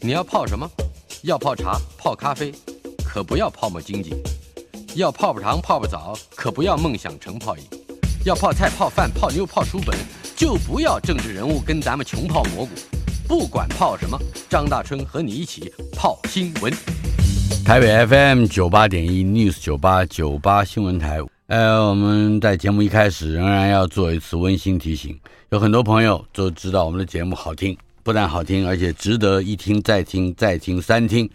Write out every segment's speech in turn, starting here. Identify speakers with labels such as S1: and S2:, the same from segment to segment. S1: 你要泡什么？要泡茶、泡咖啡，可不要泡沫经济；要泡泡糖、泡泡澡，可不要梦想成泡影；要泡菜、泡饭、泡妞、泡书本，就不要政治人物跟咱们穷泡蘑菇。不管泡什么，张大春和你一起泡新闻。
S2: 台北 FM 九八点一 News 九八九八新闻台。呃，我们在节目一开始仍然要做一次温馨提醒，有很多朋友都知道我们的节目好听，不但好听，而且值得一听再听再听三听。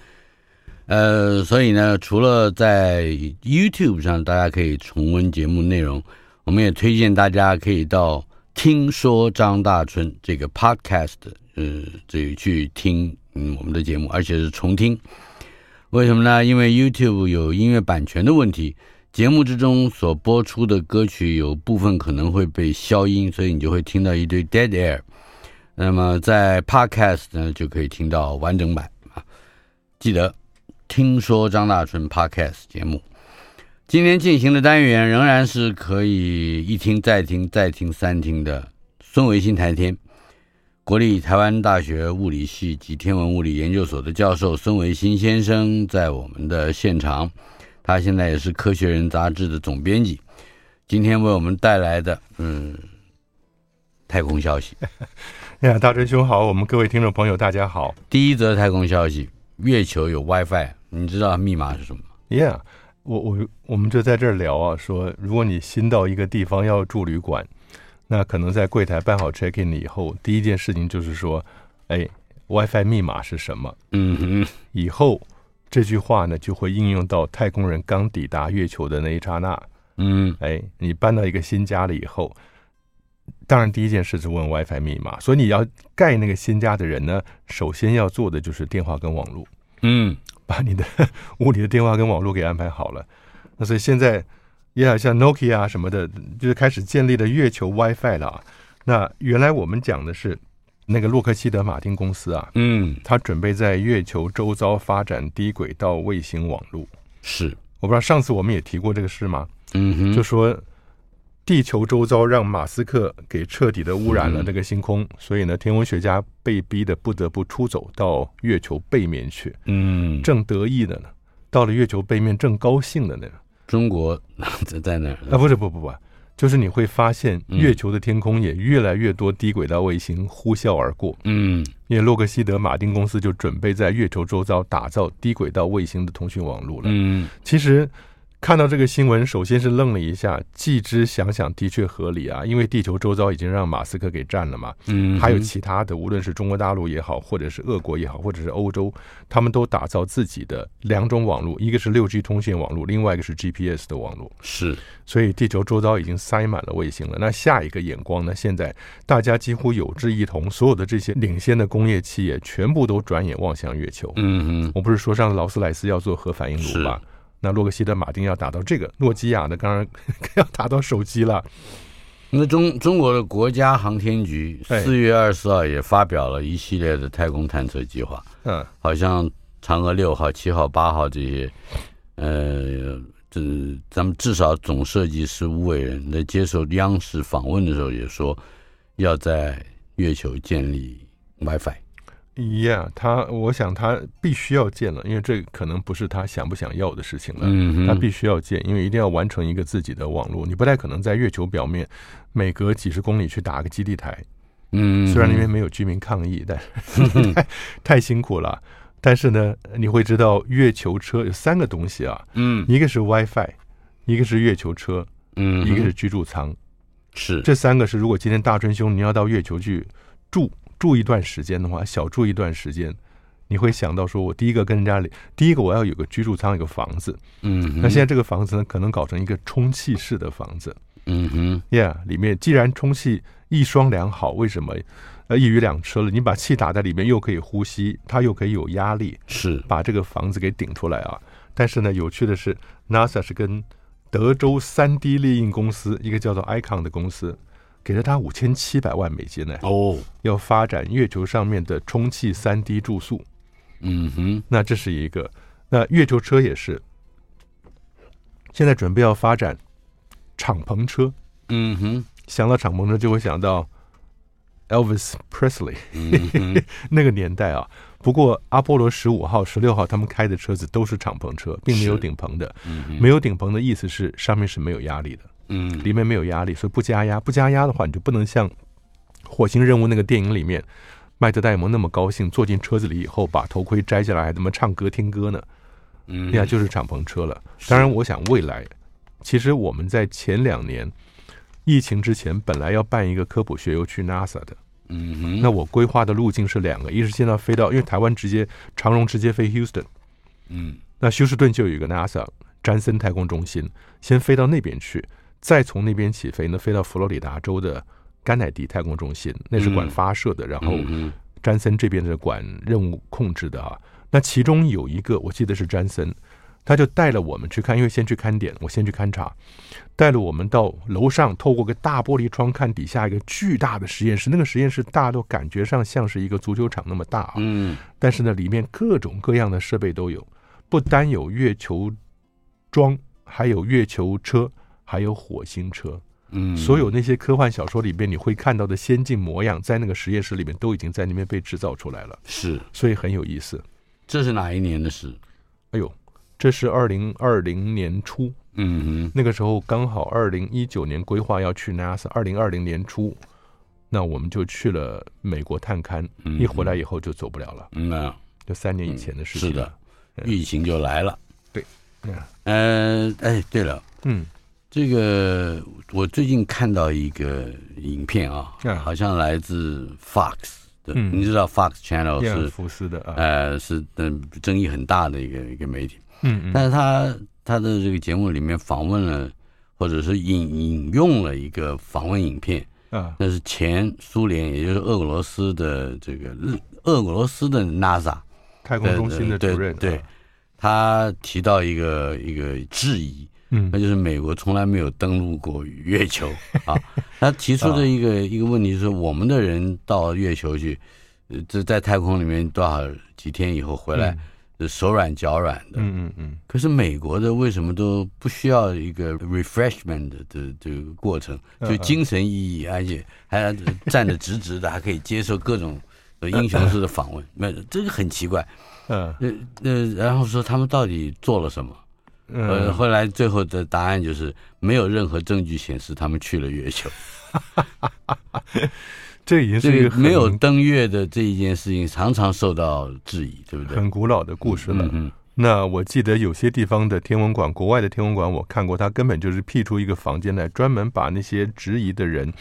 S2: 呃，所以呢，除了在 YouTube 上大家可以重温节目内容，我们也推荐大家可以到“听说张大春”这个 Podcast，呃，这个去听嗯我们的节目，而且是重听。为什么呢？因为 YouTube 有音乐版权的问题，节目之中所播出的歌曲有部分可能会被消音，所以你就会听到一堆 dead air。那么在 Podcast 呢，就可以听到完整版啊。记得听说张大春 Podcast 节目，今天进行的单元仍然是可以一听再听再听三听的孙维新谈天。国立台湾大学物理系及天文物理研究所的教授孙维新先生在我们的现场，他现在也是《科学人》杂志的总编辑。今天为我们带来的，嗯，太空消 息。
S3: 哎呀，大真兄好，我们各位听众朋友大家好。
S2: 第一则太空消息：月球有 WiFi，你知道密码是什么吗？
S3: Yeah，我我我们就在这儿聊啊，说如果你新到一个地方要住旅馆，那可能在柜台办好 check in 以后，第一件事情就是说，哎，WiFi 密码是什么？
S2: 嗯哼，
S3: 以后这句话呢，就会应用到太空人刚抵达月球的那一刹那。
S2: 嗯，
S3: 哎，你搬到一个新家了以后，当然第一件事是问 WiFi 密码，所以你要盖那个新家的人呢，首先要做的就是电话跟网络。
S2: 嗯，
S3: 把你的屋里的电话跟网络给安排好了。那所以现在，呀，像 Nokia 啊什么的，就是开始建立了月球 WiFi 了、啊。那原来我们讲的是那个洛克希德马丁公司啊，
S2: 嗯，
S3: 它准备在月球周遭发展低轨道卫星网络。
S2: 是，
S3: 我不知道上次我们也提过这个事吗？
S2: 嗯哼，
S3: 就说地球周遭让马斯克给彻底的污染了
S2: 嗯
S3: 这个星空，所以呢，天文学家被逼的不得不出走到月球背面去。
S2: 嗯，
S3: 正得意的呢，到了月球背面正高兴的呢。
S2: 中国 在在哪儿呢？
S3: 啊，不是，不不不，就是你会发现
S2: 嗯
S3: 月球的天空也越来越多低轨道卫星呼啸而过，
S2: 嗯
S3: 因为洛克希德马丁公司就准备在月球周遭打造低轨道卫星的通讯网络了。
S2: 嗯
S3: 其实看到这个新闻，首先是愣了一下，继之想想的确合理啊，因为地球周遭已经让马斯克给占了嘛，
S2: 嗯，
S3: 还有其他的，无论是中国大陆也好，或者是俄国也好，或者是欧洲，他们都打造自己的两种网络，一个是六 G 通信网络，另外一个是 GPS 的网络。
S2: 是，
S3: 所以地球周遭已经塞满了卫星了。那下一个眼光呢？现在大家几乎有志一同，所有的这些领先的工业企业全部都转眼望向月球。
S2: 嗯哼，
S3: 我不是说上次劳斯莱斯要做核反应炉吗？那洛克希德马丁要打到这个，诺基亚呢，当然 要打到手机了。
S2: 那中中国的国家航天局
S3: 哎
S2: 四月二十号也发表了一系列的太空探测计划，
S3: 嗯，
S2: 好像嫦娥六号、七号、八号这些，呃，这咱们至少总设计师吴伟人在接受央视访问的时候也说，要在月球建立 WiFi。
S3: Yeah，他我想他必须要建了，因为这可能不是他想不想要的事情了。
S2: 嗯
S3: 他必须要建，因为一定要完成一个自己的网络，你不太可能在月球表面每隔几十公里去打个基地台。
S2: 嗯，
S3: 虽然那边没有居民抗议，但是 太太辛苦了。但是呢，你会知道月球车有三个东西啊，
S2: 嗯
S3: 一个是 WiFi，一个是月球车，
S2: 嗯，
S3: 一个是居住舱。
S2: 是
S3: 这三个是，如果今天大春兄你要到月球去住住一段时间的话，小住一段时间，你会想到说，我第一个跟人家里，第一个我要有个居住舱，有个房子。
S2: 嗯哼，
S3: 那现在这个房子呢，可能搞成一个充气式的房子。
S2: 嗯哼
S3: Yeah，里面既然充气一双良好，为什么呃一鱼两吃了？你把气打在里面，又可以呼吸，它又可以有压力，
S2: 是
S3: 把这个房子给顶出来啊。但是呢，有趣的是，NASA 是跟德州三 D 猎印公司，一个叫做 Icon 的公司，给了他五千七百万美金呢，
S2: 哦，
S3: 要发展月球上面的充气三 D 住宿。
S2: 嗯哼
S3: 那这是一个。那月球车也是，现在准备要发展敞篷车。
S2: 嗯哼
S3: 想到敞篷车，就会想到 Elvis Presley
S2: 嗯
S3: 那个年代啊。不过阿波罗十五号、十六号他们开的车子都是敞篷车，并没有
S2: 是
S3: 顶棚的。没有顶棚的意思是上面是没有压力的。
S2: 嗯
S3: 里面没有压力，所以不加压。不加压的话，你就不能像《火星任务》那个电影里面，麦特戴蒙那么高兴，坐进车子里以后把头盔摘下来，还他妈唱歌听歌呢。
S2: 嗯，
S3: 那样就是敞篷车了。当然，我想未来，其实我们在前两年疫情之前，本来要办一个科普学游去 NASA 的。
S2: 嗯哼，
S3: 那我规划的路径是两个，一是现在飞到，因为台湾直接长荣直接飞 Houston，
S2: 嗯
S3: 那休斯顿就有一个 NASA 詹森太空中心，先飞到那边去，再从那边起飞呢，飞到佛罗里达州的甘乃迪太空中心，那是管
S2: 嗯
S3: 发射的，然后
S2: 嗯哼
S3: 詹森这边是管任务控制的啊。那其中有一个，我记得是詹森，他就带了我们去看，因为先去看点，我先去勘察，带了我们到楼上，透过个大玻璃窗看底下一个巨大的实验室，那个实验室大到感觉上像是一个足球场那么大啊。
S2: 嗯
S3: 但是呢，里面各种各样的设备都有，不单有月球装，还有月球车，还有火星车，
S2: 嗯，
S3: 所有那些科幻小说里边你会看到的先进模样，在那个实验室里面都已经在那边被制造出来了，
S2: 是
S3: 所以很有意思。
S2: 这是哪一年的事？
S3: 哎呦，这是二零二零年初，
S2: 嗯
S3: 那个时候刚好二零一九年规划要去 NASA，二零二零年初。那我们就去了美国探勘，
S2: 哼，
S3: 一回来以后就走不了了，
S2: 嗯那
S3: 就三年以前的事情。
S2: 是的，疫情就来了。
S3: 嗯，
S2: 呃，哎，对了，
S3: 嗯，
S2: 这个我最近看到一个影片啊
S3: 嗯，
S2: 好像来自 Fox 的，
S3: 嗯
S2: 你知道 Fox Channel
S3: 伊
S2: 是
S3: 尔福斯的啊，
S2: 呃，是嗯争议很大的一个一个媒体，
S3: 嗯嗯
S2: 但是他他的这个节目里面访问了，或者是引引用了一个访问影片，
S3: 啊，
S2: 那是前苏联，也就是俄罗斯的这个日俄罗斯的 NASA，
S3: 太空中心的主任，
S2: 对对
S3: 啊，
S2: 他提到一个一个质疑，那
S3: 嗯
S2: 就是美国从来没有登陆过月球啊。他提出
S3: 啊
S2: 的一个、一个问题是，我们的人到月球去，呃这在太空里面多少几天以后回来，呃手软脚软的。
S3: 嗯嗯嗯嗯，
S2: 可是美国的为什么都不需要一个 refreshment 的的这个过程，
S3: 嗯
S2: 就精神意义，而且还站得直直的，还可以接受各种呃英雄式的访问，那这个很奇怪。
S3: 嗯
S2: 呃呃，然后说他们到底做了什么？呃，
S3: 嗯，
S2: 后来最后的答案就是没有任何证据显示他们去了月 球。
S3: 这已经是一
S2: 这
S3: 个
S2: 个没有
S3: 很
S2: 登月的这一件事情常常受到质疑，对不对？
S3: 很古老的故事了。
S2: 嗯
S3: 那我记得有些地方的天文馆，国外的天文馆我看过，它根本就是辟出一个房间来，专门把那些质疑的人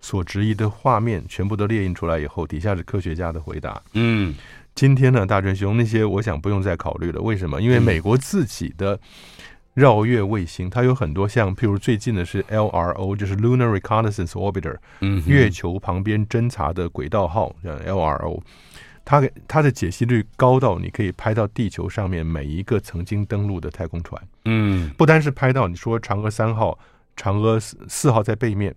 S3: 所质疑的画面全部都列印出来以后，底下是科学家的回答。
S2: 嗯
S3: 今天呢，大真兄，那些我想不用再考虑了。为什么？因
S2: 嗯
S3: 为美国自己的绕月卫星，它有很多像，譬如最近的是 LRO，就是 Lunar Reconnaissance Orbiter，
S2: 嗯，
S3: 月球旁边侦察的轨道号，叫 LRO，它给它的解析率高到你可以拍到地球上面每一个曾经登陆的太空船，
S2: 嗯
S3: 不单是拍到你说嫦娥三号、嫦娥四四号在背面，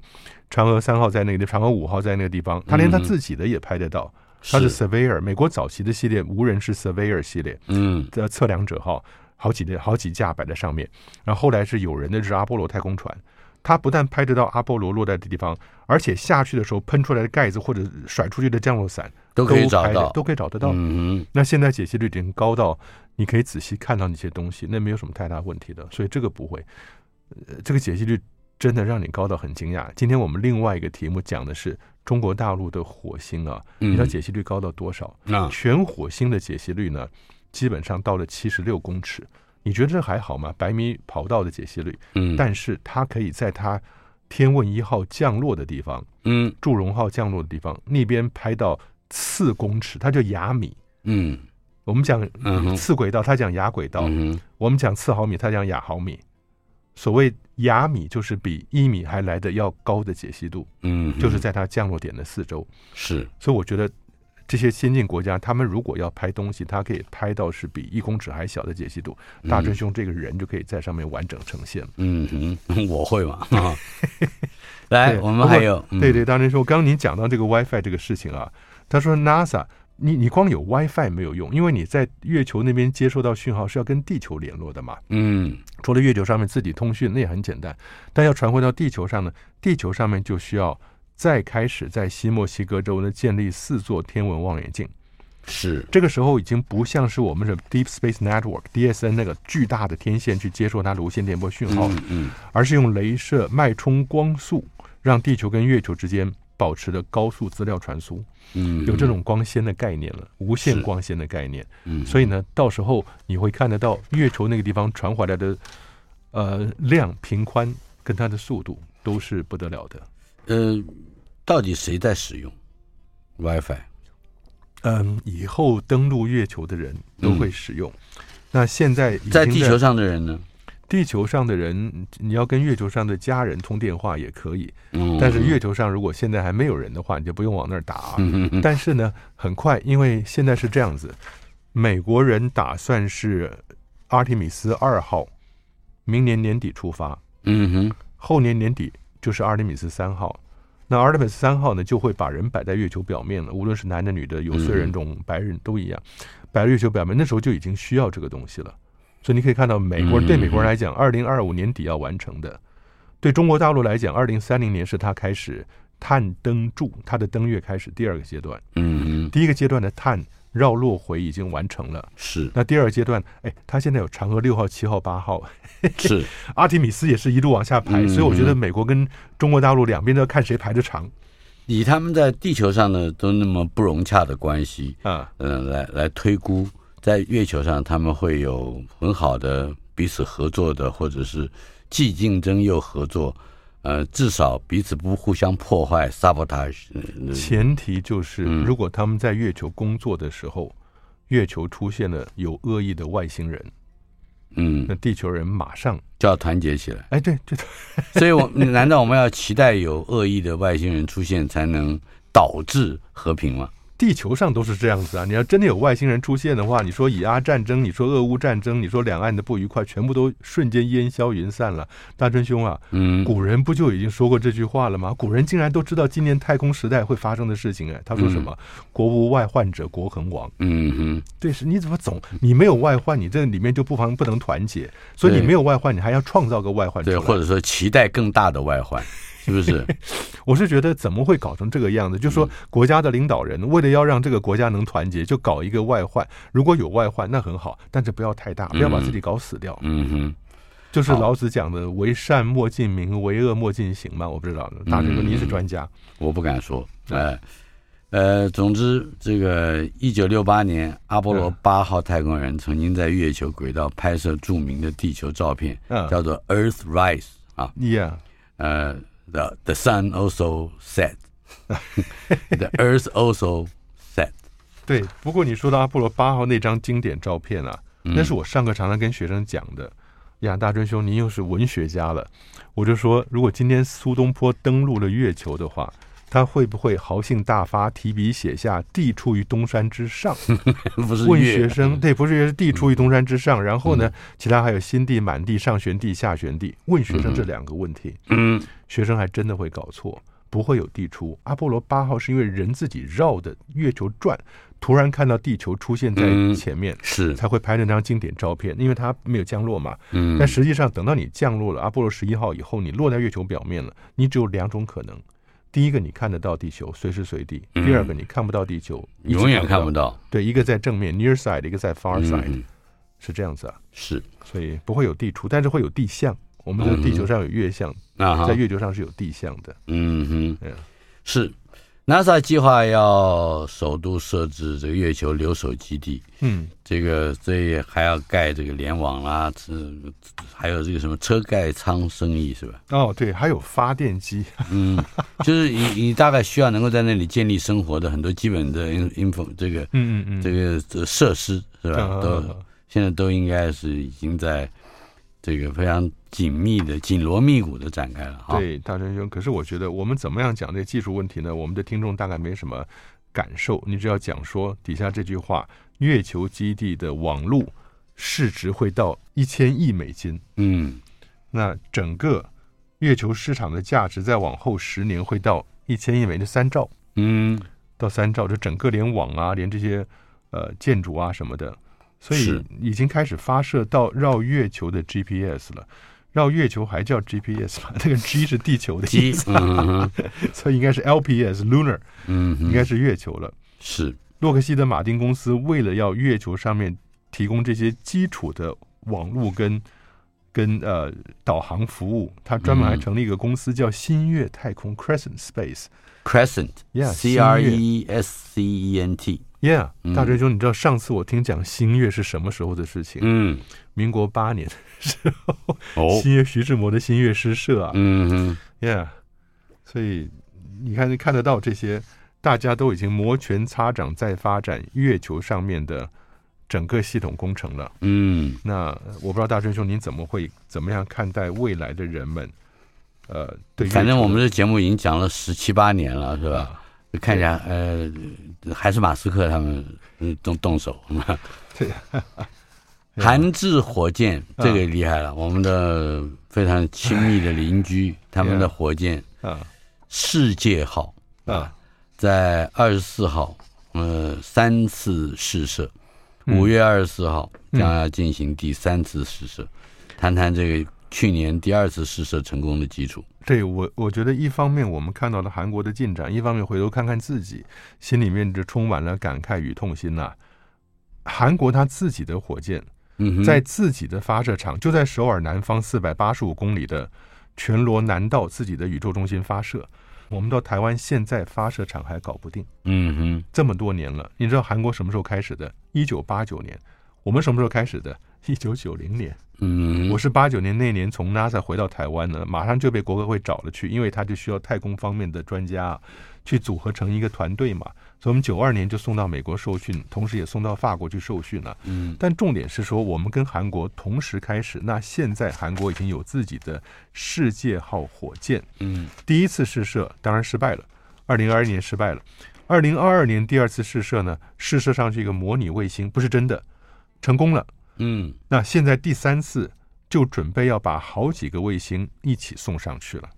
S3: 嫦娥三号在那个地方，嫦娥五号在那个地方，它连它
S2: 嗯
S3: 自己的也拍得到。它是 Surveyor，美国早期的系列无人是 Surveyor 系列
S2: 嗯
S3: 的测量者号，好几的好几架摆在上面。然后后来是有人的是阿波罗太空船，它不但拍得到阿波罗落在的地方，而且下去的时候喷出来的盖子或者甩出去的降落伞
S2: 都可以找
S3: 拍得
S2: 到，
S3: 都可以找得到。
S2: 嗯
S3: 那现在解析率已经高到你可以仔细看到那些东西，那没有什么太大问题的，所以这个不会。呃，这个解析率真的让你高到很惊讶。今天我们另外一个题目讲的是中国大陆的火星啊，
S2: 嗯啊
S3: 你知道解析率高到多少？
S2: 那
S3: 啊全火星的解析率呢，基本上到了七十六公尺。你觉得这还好吗？百米跑道的解析率，
S2: 嗯
S3: 但是它可以在它天问一号降落的地方，
S2: 嗯
S3: 祝融号降落的地方那边拍到次公尺，它叫亚米。
S2: 嗯
S3: 我们讲
S2: 嗯哼
S3: 次轨道，他讲亚轨道；
S2: 嗯
S3: 我们讲次毫米，他讲亚毫米。所谓亚米，就是比一米还来的要高的解析度，
S2: 嗯，
S3: 就是在它降落点的四周。
S2: 是
S3: 所以我觉得这些先进国家，他们如果要拍东西，它可以拍到是比一公尺还小的解析度。大真兄这个人就可以在上面完整呈现。
S2: 嗯哼，我会 嘛啊。来，
S3: 对
S2: 我们还有
S3: 对对，大真兄，刚刚您讲到这个 WiFi 这个事情啊，他说 NASA。你你光有 WiFi 没有用，因为你在月球那边接收到讯号是要跟地球联络的嘛。
S2: 嗯
S3: 除了月球上面自己通讯，那也很简单，但要传回到地球上呢，地球上面就需要再开始在新墨西哥州呢建立四座天文望远镜。
S2: 是
S3: 这个时候已经不像是我们的 Deep Space Network DSN 那个巨大的天线去接受它的无线电波讯号，
S2: 嗯嗯
S3: 而是用镭射脉冲光速让地球跟月球之间保持着高速资料传输，
S2: 嗯，
S3: 有这种光纤的概念了，无线
S2: 是
S3: 光纤的概念。
S2: 嗯，
S3: 所以呢，到时候你会看得到月球那个地方传回来的，呃，量、频宽跟它的速度都是不得了的。
S2: 呃，到底谁在使用 WiFi？
S3: 嗯，以后登陆月球的人都会使用。那现在已
S2: 嗯
S3: 经
S2: 在地球上的人呢？
S3: 地球上的人，你要跟月球上的家人通电话也可以，
S2: 嗯，
S3: 但是月球上如果现在还没有人的话，你就不用往那儿打啊、
S2: 嗯嗯
S3: 但是呢，很快，因为现在是这样子，美国人打算是阿提米斯二号明年年底出发，
S2: 嗯哼，
S3: 后年年底就是阿尔米斯三号。那阿尔米斯三号呢，就会把人摆在月球表面了，无论是男的、女的，有
S2: 嗯
S3: 色人种、白人都一样，摆在月球表面。那时候就已经需要这个东西了，所以你可以看到，美国人
S2: 嗯
S3: 对美国人来讲，二零二五年底要完成的；对中国大陆来讲，二零三零年是他开始探登柱，他的登月开始第二个阶段。
S2: 嗯哼，
S3: 第一个阶段的探绕落回已经完成了，
S2: 是
S3: 那第二个阶段，哎，他现在有嫦娥六号、七号、八号，
S2: 是，
S3: 阿提米斯也是一路往下排，
S2: 嗯
S3: 所以我觉得美国跟中国大陆两边都要看谁排得长
S2: 以他们在地球上的都那么不融洽的关系，
S3: 啊。
S2: 嗯、来来推估，在月球上他们会有很好的彼此合作的，或者是既竞争又合作，呃，至少彼此不互相破坏 sabotage 呃。呃
S3: 前提就是，
S2: 嗯
S3: 如果他们在月球工作的时候，月球出现了有恶意的外星人，
S2: 嗯
S3: 那，地球人马上，
S2: 就要团结起来。
S3: 哎，对，这
S2: 所以我，难道我们要期待有恶意的外星人出现才能导致和平吗？
S3: 地球上都是这样子啊。你要真的有外星人出现的话，你说以阿战争，你说俄乌战争，你说两岸的不愉快，全部都瞬间烟消云散了。大真兄啊，
S2: 嗯，
S3: 古人不就已经说过这句话了吗？古人竟然都知道今年太空时代会发生的事情，哎，他说什么？国无外患者，国恒亡。
S2: 嗯哼，
S3: 对，是你怎么总你没有外患，你这里面就不妨不能团结，所以
S2: 对
S3: 你没有外患，你还要创造个外呃患出
S2: 对，
S3: 来。
S2: 或者说期待更大的外 患，是不是？
S3: 我是觉得怎么会搞成这个样子？
S2: 嗯
S3: 就说国家的领导人为了要让这个国家能团结，就搞一个外患。如果有外患，那很好，但是不要太大，不要把自己搞死掉。
S2: 嗯哼，
S3: 就是
S2: 嗯好
S3: 老子讲的“为善莫近名，为恶莫近行”嘛。我不知道，大师兄你是专家，
S2: 我不敢说，哎、呃，总之，这个一九六八年，阿波罗
S3: 嗯
S2: 八号太空人曾经在月球轨道拍摄著名的地球照片，
S3: 嗯
S2: 叫做 Earthrise 啊，
S3: ，Yeah，
S2: 呃，the the sun also set，the earth also set，
S3: 对，不过你说到阿波罗八号那张经典照片啊，
S2: 嗯
S3: 那是我上课常常跟学生讲的。呀，大真兄，您又是文学家了，我就说，如果今天苏东坡登陆了月球的话，他会不会豪兴大发，提笔写下“地处于东山之上”？
S2: 不是
S3: 问
S2: 月
S3: 学生，对，不是是地处于东山之上，然后呢，其他还有心地、满地、上旋地、下旋地。问学生这两个问题，
S2: 嗯，
S3: 学生还真的会搞错，不会有地出。阿波罗八号是因为人自己绕的月球转，突然看到地球出现在
S2: 嗯
S3: 前面，
S2: 是，
S3: 才会拍那张经典照片，因为它没有降落嘛。
S2: 嗯，
S3: 但实际上，等到你降落了阿波罗十一号以后，你落在月球表面了，你只有两种可能：第一个，你看得到地球，随时随地；
S2: 嗯
S3: 第二个，你看不到地球，一直
S2: 永远看不
S3: 到。
S2: 到
S3: 对，一个在正面 near side，一个在 far side，、
S2: 嗯
S3: 是这样子啊。
S2: 是
S3: 所以不会有地出，但是会有地象。我们的地球上有月相，
S2: 嗯啊哈
S3: 在，月球上是有地象的。
S2: 嗯哼
S3: 嗯，
S2: 是。NASA 计划要首度设置这个月球留守基地，
S3: 嗯，
S2: 这个所以还要盖这个联网啦，这还有这个什么车盖舱生意是吧？
S3: 哦，对，还有发电机。
S2: 嗯，就是你你大概需要能够在那里建立生活的很多基本的 in- info 这个
S3: 嗯嗯嗯，
S2: 这个这设施是吧？
S3: 嗯
S2: 都现在都应该是已经在这个非常紧密的紧锣密鼓的展开了哈。
S3: 对，大真兄。可是我觉得我们怎么样讲这技术问题呢？我们的听众大概没什么感受，你只要讲说底下这句话：月球基地的网路市值会到一千亿美金，
S2: 嗯，
S3: 那整个月球市场的价值在往后十年会到一千亿美金，三兆
S2: 嗯
S3: 到三兆，就整个连网啊，连这些呃建筑啊什么的，所以
S2: 是
S3: 已经开始发射到绕月球的 GPS 了。绕月球还叫 GPS 吧？ 那个 G 是地球的意
S2: 鸡
S3: 思，，
S2: 嗯哼
S3: 所以应该是 LPS Lunar，
S2: 嗯哼，
S3: 应该是月球了。
S2: 是
S3: 洛克希德马丁公司为了要月球上面提供这些基础的网络跟跟呃导航服务，它专门还
S2: 嗯
S3: 成立一个公司叫新月太空 Crescent Space。Yeah，
S2: Crescent，C R E S C E N T，
S3: Yeah，
S2: 嗯
S3: 大锤兄，你知道上次我听讲新月是什么时候的事情？
S2: 嗯，
S3: 民国八年的时候，
S2: 哦，
S3: 新月徐志摩的新月诗社啊。
S2: 嗯哼，
S3: Yeah，所以你看看得到这些，大家都已经摩拳擦掌在发展月球上面的整个系统工程了。
S2: 嗯，
S3: 那我不知道大春兄您怎么会怎么样看待未来的人们？呃，对月球的，啊
S2: 反正我们这节目已经讲了十七八年了，是吧？看一下，呃，还是马斯克他们嗯动动手。
S3: 对， 啊
S2: 韩制火箭这个厉害了，我们的非常亲密的邻居，他们的火箭
S3: 啊
S2: 世界号
S3: 啊
S2: 在二十四号，呃，三次试射，
S3: 嗯
S2: 五月二十四号
S3: 嗯
S2: 将要进行第三次试射，谈谈这个去年第二次试射成功的基础。
S3: 对我，我觉得一方面我们看到了韩国的进展，一方面回头看看自己，心里面就充满了感慨与痛心呐、韩国他自己的火箭
S2: 嗯哼，
S3: 在自己的发射场，就在首尔南方四百八十五公里的全罗南道自己的宇宙中心发射。我们到台湾现在发射场还搞不定，
S2: 嗯哼，
S3: 这么多年了。你知道韩国什么时候开始的？一九八九年。我们什么时候开始的？一九九零年。
S2: 嗯
S3: 我
S2: 哼，
S3: 是八九年那年从 NASA 回到台湾呢，马上就被国科会找了去，因为他就需要太空方面的专家啊去组合成一个团队嘛。所以我们九二年就送到美国受训，同时也送到法国去受训了。
S2: 嗯，
S3: 但重点是说，我们跟韩国同时开始，那现在韩国已经有自己的世界号火箭，
S2: 嗯，
S3: 第一次试射当然失败了，二零二一年失败了。二零二二年第二次试射呢，试射上去一个模拟卫星，不是真的，成功了。
S2: 嗯，
S3: 那现在第三次就准备要把好几个卫星一起送上去了，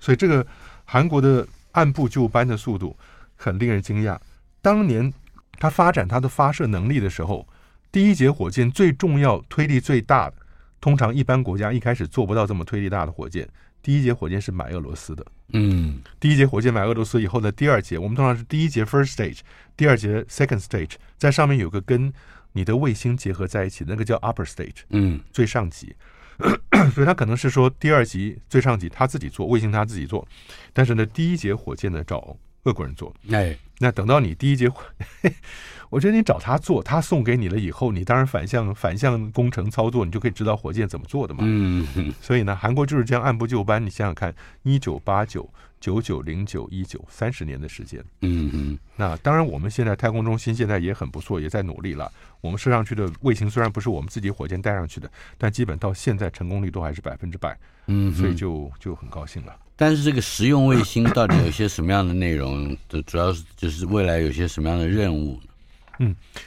S3: 所以这个韩国的按部就班的速度很令人惊讶。当年它发展它的发射能力的时候，第一节火箭最重要、推力最大的，通常一般国家一开始做不到这么推力大的火箭。第一节火箭是买俄罗斯的，
S2: 嗯，
S3: 第一节火箭买俄罗斯以后的第二节，我们通常是第一节 first stage，第二节 second stage，在上面有个跟你的卫星结合在一起，那个叫 upper stage。
S2: 嗯，
S3: 最上级， 所以他可能是说第二级最上级他自己做，卫星他自己做，但是呢，第一节火箭呢找俄国人做。
S2: 哎，
S3: 那等到你第一节火， 我觉得你找他做，他送给你了以后，你当然反向反向工程操作，你就可以知道火箭怎么做的嘛。
S2: 嗯哼，
S3: 所以呢，韩国就是这样按部就班。你想想看，一九八九、九九零九、一九三十年的时间。
S2: 嗯哼，
S3: 那当然，我们现在太空中心现在也很不错，也在努力了。我们射上去的卫星虽然不是我们自己火箭带上去的，但基本到现在成功率都还是百分之百，
S2: 嗯
S3: 所以
S2: 哼。
S3: 就就很高兴了。
S2: 但是这个实用卫星到底有些什么样的内容？主主要是就是未来有些什么样的任务？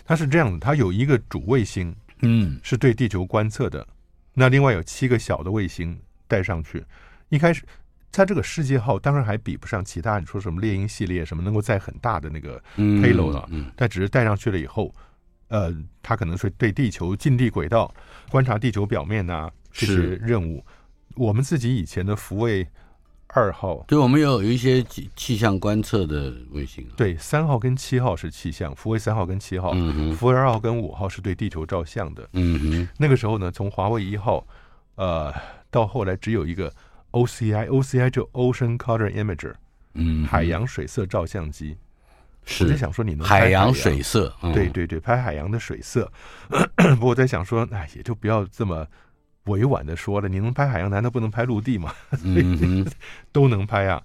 S3: 它是这样的，它有一个主卫星
S2: 嗯
S3: 是对地球观测的，那另外有七个小的卫星带上去。一开始，它这个世界号当然还比不上其他你说什么猎鹰系列什么能够载很大的那个
S2: 嗯
S3: payload 啊
S2: 嗯
S3: 但只是带上去了以后，呃，它可能是对地球近地轨道观察地球表面呐、这些
S2: 是
S3: 任务。我们自己以前的福卫二号、
S2: 对我们有有一些气气象观测的卫星啊。
S3: 对三号跟七号是气象，福卫三号跟七号，
S2: 嗯哼，
S3: 福卫二号跟五号是对地球照相的。
S2: 嗯哼，
S3: 那个时候呢，从华为一号，呃，到后来只有一个 OCI，OCI 就 Ocean Color Imager
S2: 嗯哼，
S3: 海洋水色照相机。我
S2: 嗯
S3: 在
S2: 是
S3: 想说，你能拍
S2: 海洋水色，嗯
S3: 对，对对，拍海洋的水色。 不过我在想说，哎，也就不要这么委婉的说了。你能拍海洋，难道不能拍陆地吗？
S2: 嗯哼，
S3: 都能拍啊！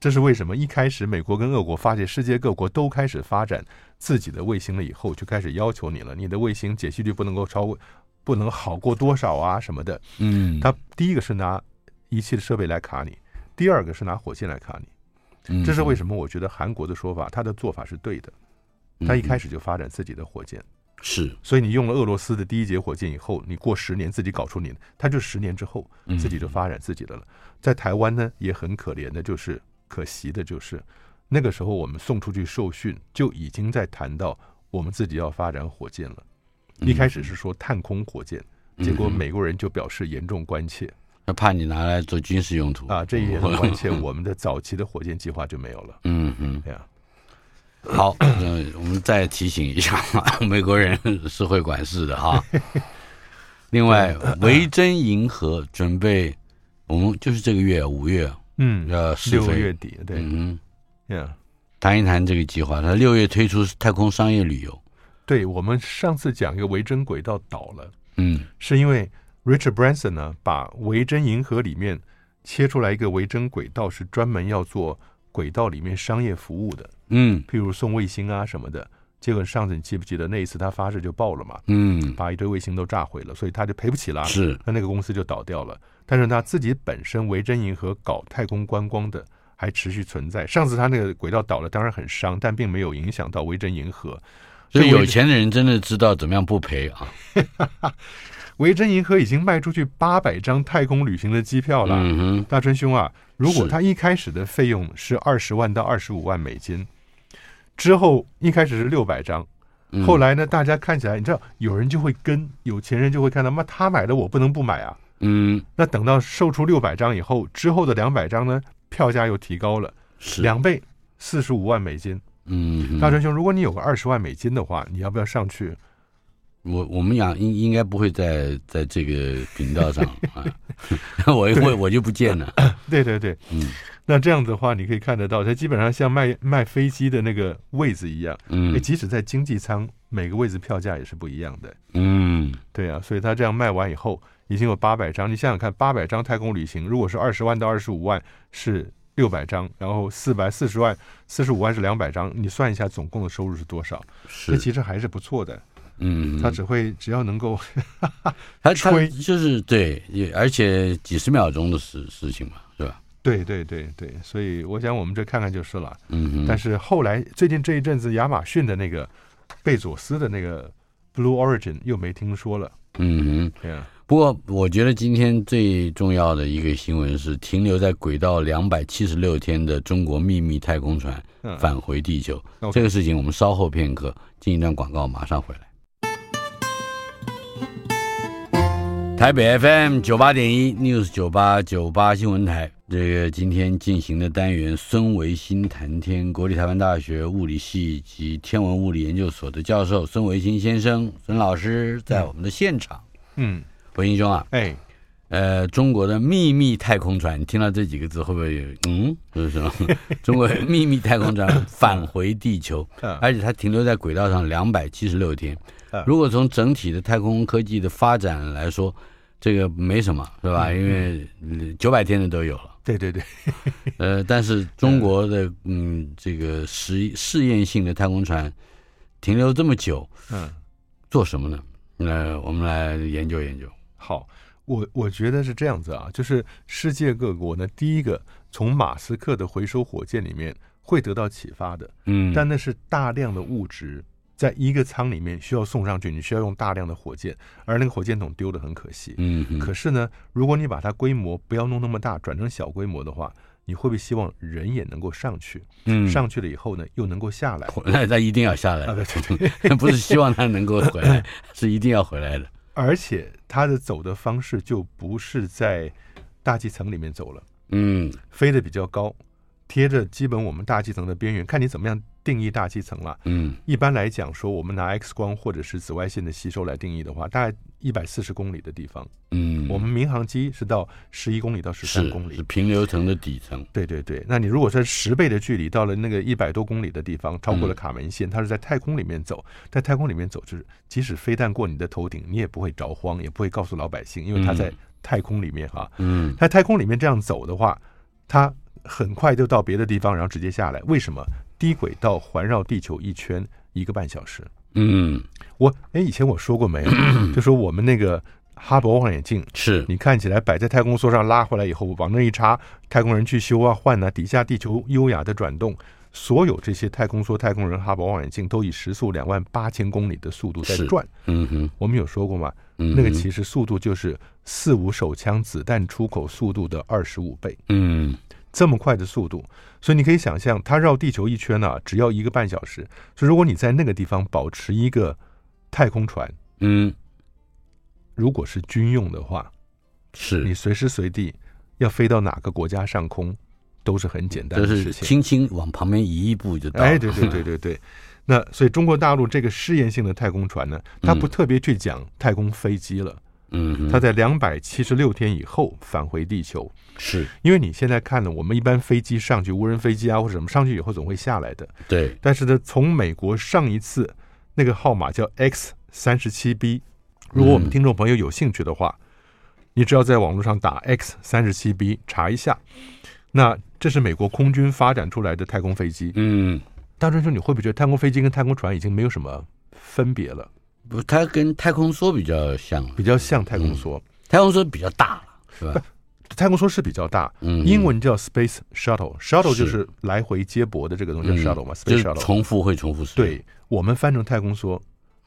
S3: 这是为什么？一开始美国跟俄国发现世界各国都开始发展自己的卫星了以后，就开始要求你了，你的卫星解析率不能够超过，不能好过多少啊什么的。
S2: 嗯，
S3: 它第一个是拿仪器的设备来卡你，第二个是拿火箭来卡你。
S2: 嗯
S3: 这是为
S2: 哼
S3: 什么？我觉得韩国的说法，他的做法是对的。他一开始就发展自己的火箭。
S2: 嗯是
S3: 所以你用了俄罗斯的第一节火箭以后，你过十年自己搞出你的，它就十年之后
S2: 嗯
S3: 自己就发展自己的了。在台湾呢，也很可怜的，就是可惜的就是，那个时候我们送出去受训，就已经在谈到我们自己要发展火箭了。一开始是说探空火箭，结果美国人就表示严重关切，
S2: 嗯他怕你拿来做军事用途
S3: 啊，这也很关切我们的早期的火箭计划就没有了。
S2: 嗯嗯，
S3: 对呀，
S2: 好，呃我们再提醒一下， 美国人是会管事的哈。另外，维珍银河准备，我们就是这个月五月
S3: 嗯，
S2: 要试
S3: 六
S2: 飞
S3: 月，底，对，
S2: 嗯，
S3: 呀，
S2: 谈一谈这个计划。他六月推出太空商业旅游，
S3: 对我们上次讲一个维珍轨道倒了，
S2: 嗯
S3: 是因为 Richard Branson 呢，把维珍银河里面切出来一个维珍轨道，是专门要做轨道里面商业服务的，
S2: 嗯
S3: 譬如送卫星啊什么的。结果上次你记不记得那一次他发射就爆了嘛，
S2: 嗯，
S3: 把一堆卫星都炸毁了，所以他就赔不起了。
S2: 是，
S3: 那那个公司就倒掉了。但是他自己本身维珍银河搞太空观光的还持续存在。上次他那个轨道倒了，当然很伤，但并没有影响到维珍银河。
S2: 所以
S3: 这维
S2: 有钱的人真的知道怎么样不赔啊。
S3: 维珍银河已经卖出去八百张太空旅行的机票了。
S2: 嗯哼，
S3: 大春兄啊，如果
S2: 是
S3: 他一开始的费用是二十万到二十五万美金，之后一开始是六百张，
S2: 嗯
S3: 后来呢，大家看起来，你知道，有人就会跟有钱人就会看到，妈他买了我不能不买啊。
S2: 嗯
S3: 那等到售出六百张以后，之后的两百张呢，票价又提高了
S2: 是，
S3: 两倍，四十五万美金。
S2: 嗯，
S3: 大川兄，如果你有个二十万美金的话，你要不要上去？
S2: 我我们俩应应该不会在在这个频道 上啊， 我一会我就不见了。
S3: 对对对，
S2: 嗯
S3: 那这样子的话，你可以看得到，它基本上像卖卖飞机的那个位子一样，诶
S2: 嗯
S3: 即使在经济舱，每个位置票价也是不一样的。
S2: 嗯，
S3: 对啊，所以他这样卖完以后，已经有八百张。你想想看，八百张太空旅行，如果是二十万到二十五万是六百张，然后四百四十万、四十五万是两百张，你算一下总共的收入是多少？这
S2: 是，
S3: 其实还是不错的。
S2: 嗯，
S3: 他只会只要能够，
S2: 他他
S3: 吹
S2: 就是对，也而且几十秒钟的事事情嘛，是吧？
S3: 对对对对，所以我想我们这看看就是了。
S2: 嗯
S3: 但
S2: 哼，
S3: 是后来最近这一阵子，亚马逊的那个贝佐斯的那个 Blue Origin 又没听说了。
S2: 嗯哼。
S3: 对啊，
S2: 不过我觉得今天最重要的一个新闻是，停留在轨道两百七十六天的中国秘密太空船
S3: 嗯，
S2: 返回地球，
S3: OK
S2: 这个事情我们稍后片刻进一段广告，马上回来。台北 FM 九八点一 News 九八九八新闻台，这个今天进行的单元，孙维新谈天，国立台湾大学物理系及天文物理研究所的教授孙维新先生，孙老师在我们的现场。
S3: 嗯，
S2: 维新兄啊，
S3: 哎，
S2: 呃，中国的秘密太空船，你听到这几个字会不会有嗯？就是什么？ 中国秘密太空船返回地球，
S3: 嗯
S2: 而且它停留在轨道上两百七十六天
S3: 嗯。
S2: 如果从整体的太空科技的发展来说，这个没什么，是
S3: 嗯
S2: 吧？因为九百天的都有了。
S3: 对对对，
S2: 呃，但是中国 的嗯，这个实试验性的太空船停留这么久，
S3: 嗯。
S2: 做什么呢？那我们来研究研究。
S3: 好，我我觉得是这样子啊，就是世界各国呢，第一个从马斯克的回收火箭里面会得到启发的，
S2: 嗯，
S3: 但那是大量的物质在一个舱里面需要送上去，你需要用大量的火箭，而那个火箭筒丢的很可惜。
S2: 嗯哼，
S3: 可是呢，如果你把它规模不要弄那么大，转成小规模的话，你会不会希望人也能够上去？
S2: 嗯
S3: 上去了以后呢，又能够下来？
S2: 那那一定要下来
S3: 啊，
S2: 的，
S3: 对对 对。
S2: 不是希望他能够回来， 是一定要回来的。
S3: 而且它的走的方式就不是在大气层里面走了。
S2: 嗯
S3: 飞得比较高，贴着基本我们大气层的边缘，看你怎么样定义大气层了。
S2: 嗯
S3: 一般来讲说，我们拿 X 光或者是紫外线的吸收来定义的话，大概一百四十公里的地方，
S2: 嗯，
S3: 我们民航机是到十一公里到十三
S2: 是
S3: 公里
S2: 是。平流层的底层，
S3: 对对对，那你如果说十倍的距离到了那个一百多公里的地
S2: 嗯
S3: 方，超过了卡门线，它是在太空里面走，在太空里面走，就是即使飞弹过你的头顶，你也不会着慌，也不会告诉老百姓，因为它在
S2: 嗯
S3: 太空里面哈、
S2: 嗯
S3: 在太空里面这样走的话，它很快就到别的地方，然后直接下来。为什么？低轨道环绕地球一圈一个半小时。
S2: 嗯
S3: 我哎，以前我说过没有？就说我们那个哈勃望远镜，
S2: 是
S3: 你看起来摆在太空梭上拉回来以后，往那一插，太空人去修啊、换啊，底下地球优雅的转动。所有这些太空梭、太空人、哈勃望远镜都以时速两万八千公里的速度在
S2: 是
S3: 转。
S2: 嗯哼
S3: 我们有说过吗？
S2: 嗯哼
S3: 那个其实速度就是四五手枪子弹出口速度的二十五倍，
S2: 嗯
S3: 这么快的速度，所以你可以想象，它绕地球一圈啊，只要一个半小时。所以如果你在那个地方保持一个太空船，
S2: 嗯
S3: 如果是军用的话，
S2: 是
S3: 你，随时随地要飞到哪个国家上空，都是很简单
S2: 就
S3: 的
S2: 是
S3: 事情。
S2: 轻轻往旁边移一步就到了。
S3: 哎，对对对对 对。那所以中国大陆这个试验性的太空船呢，它不特别去讲太空飞机了，
S2: 嗯嗯，嗯，
S3: 它在两百七十六天以后返回地球。
S2: 是
S3: 因为你现在看了，我们一般飞机上去，无人飞机啊或者什么上去以后总会下来的。
S2: 对，
S3: 但是呢，从美国上一次那个号码叫 X 三十七 B，如果我们听众朋友有兴趣的话，你只要在网络上打 X 三十七 B 查一下，那这是美国空军发展出来的太空飞机。
S2: 嗯，
S3: 大春兄，你会不会觉得太空飞机跟太空船已经没有什么分别了？
S2: 不，它跟太空梭比较像了，
S3: 比较像太空梭，
S2: 太空梭比较大了，是 吧？
S3: 太空梭是比较大，
S2: 嗯，
S3: 英文叫 Space Shuttle，Shuttle
S2: 是
S3: 就是来回接驳的这个东西叫
S2: 嗯
S3: Shuttle 嘛
S2: 就
S3: ，Space
S2: 是
S3: Shuttle。
S2: 重复会重复使用，
S3: 对我们翻成太空梭，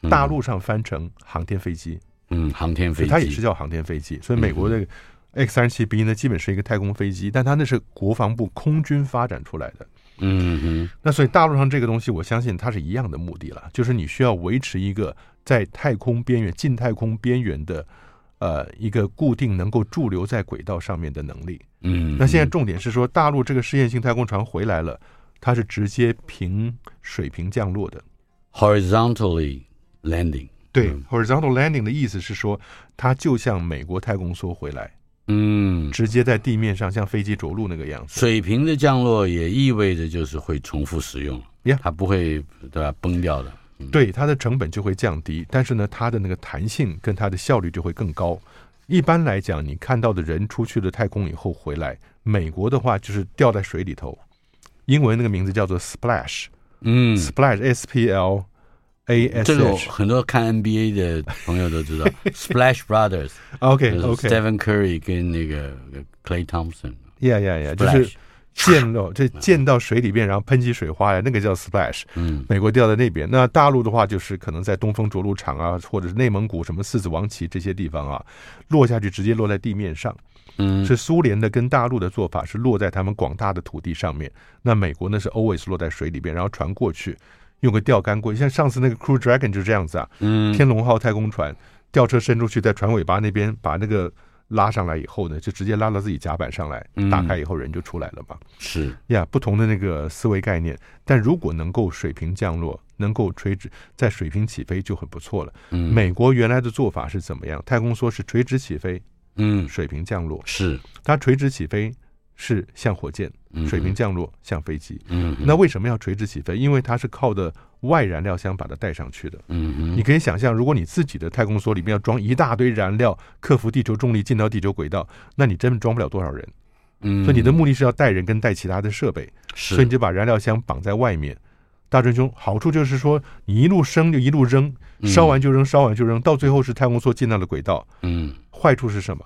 S2: 嗯
S3: 大陆上翻成航天飞机，
S2: 嗯，航天飞
S3: 所以
S2: 机嗯
S3: 它也是叫航天飞机。所以美国的 X 三十七 B 呢，基本是一个太空飞机，但它那是国防部空军发展出来的。
S2: 嗯哼，
S3: 那所以大陆上这个东西，我相信它是一样的目的了，就是你需要维持一个在太空边缘、近太空边缘的，呃，一个固定能够驻留在轨道上面的能力。
S2: 嗯，
S3: 那现在重点是说，大陆这个试验性太空船回来了，它是直接平水平降落的。
S2: horizontally landing，
S3: 对
S2: 嗯
S3: ，horizontal landing 的意思是说，它就像美国太空梭回来，
S2: 嗯，
S3: 直接在地面上像飞机着陆那个样子。
S2: 水平的降落也意味着就是会重复使用
S3: Yeah
S2: 它不会对吧崩掉的，
S3: 对，它的成本就会降低，但是呢，它的那个弹性跟它的效率就会更高。一般来讲，你看到的人出去了太空以后回来，美国的话就是掉在水里头，英文那个名字叫做 splash，splash
S2: 嗯，
S3: s p l a s
S2: 这个我
S3: h。
S2: 很多看 NBA 的朋友都知 道，Splash Brothers，
S3: OK
S2: 就是
S3: OK，
S2: Stephen Curry 跟那个 Clay Thompson，
S3: 呀呀呀，就
S2: Splash
S3: 是 溅到这溅到水里边，然后喷起水花来，那个叫 splash。
S2: 嗯
S3: 美国掉在那边，那大陆的话就是可能在东风着陆场啊，或者是内蒙古什么四子王旗这些地方啊，落下去直接落在地面上。
S2: 嗯，
S3: 是苏联的跟大陆的做法是落在他们广大的土地上面，那美国呢是 always 落在水里边，然后船过去，用个钓竿过去。像上次那个 Crew Dragon 就这样子啊，
S2: 嗯
S3: 天龙号太空船吊车伸出去，在船尾巴那边把那个拉上来以后呢，就直接拉到自己甲板上来
S2: 嗯，
S3: 打开以后人就出来了嘛。
S2: 是
S3: 呀，不同的那个思维概念，但如果能够水平降落，能够垂直在水平起飞就很不错了。
S2: 嗯
S3: 美国原来的做法是怎么样？太空梭是垂直起飞，
S2: 嗯
S3: 水平降落。
S2: 是
S3: 它垂直起飞是像火箭，
S2: 嗯
S3: 水平降落像飞机。
S2: 嗯
S3: 那为什么要垂直起飞？因为它是靠的外燃料箱把它带上去的。
S2: 嗯哼
S3: 你可以想象，如果你自己的太空梭里面要装一大堆燃料，克服地球重力进到地球轨道，那你真的装不了多少人。
S2: 嗯，
S3: 所以你的目的是要带人跟带其他的设备，
S2: 是
S3: 所以你就把燃料箱绑在外面。大真兄，好处就是说，你一路升就一路扔，烧完就扔，烧完就扔，到最后是太空梭进到了轨道。
S2: 嗯
S3: 坏处是什么？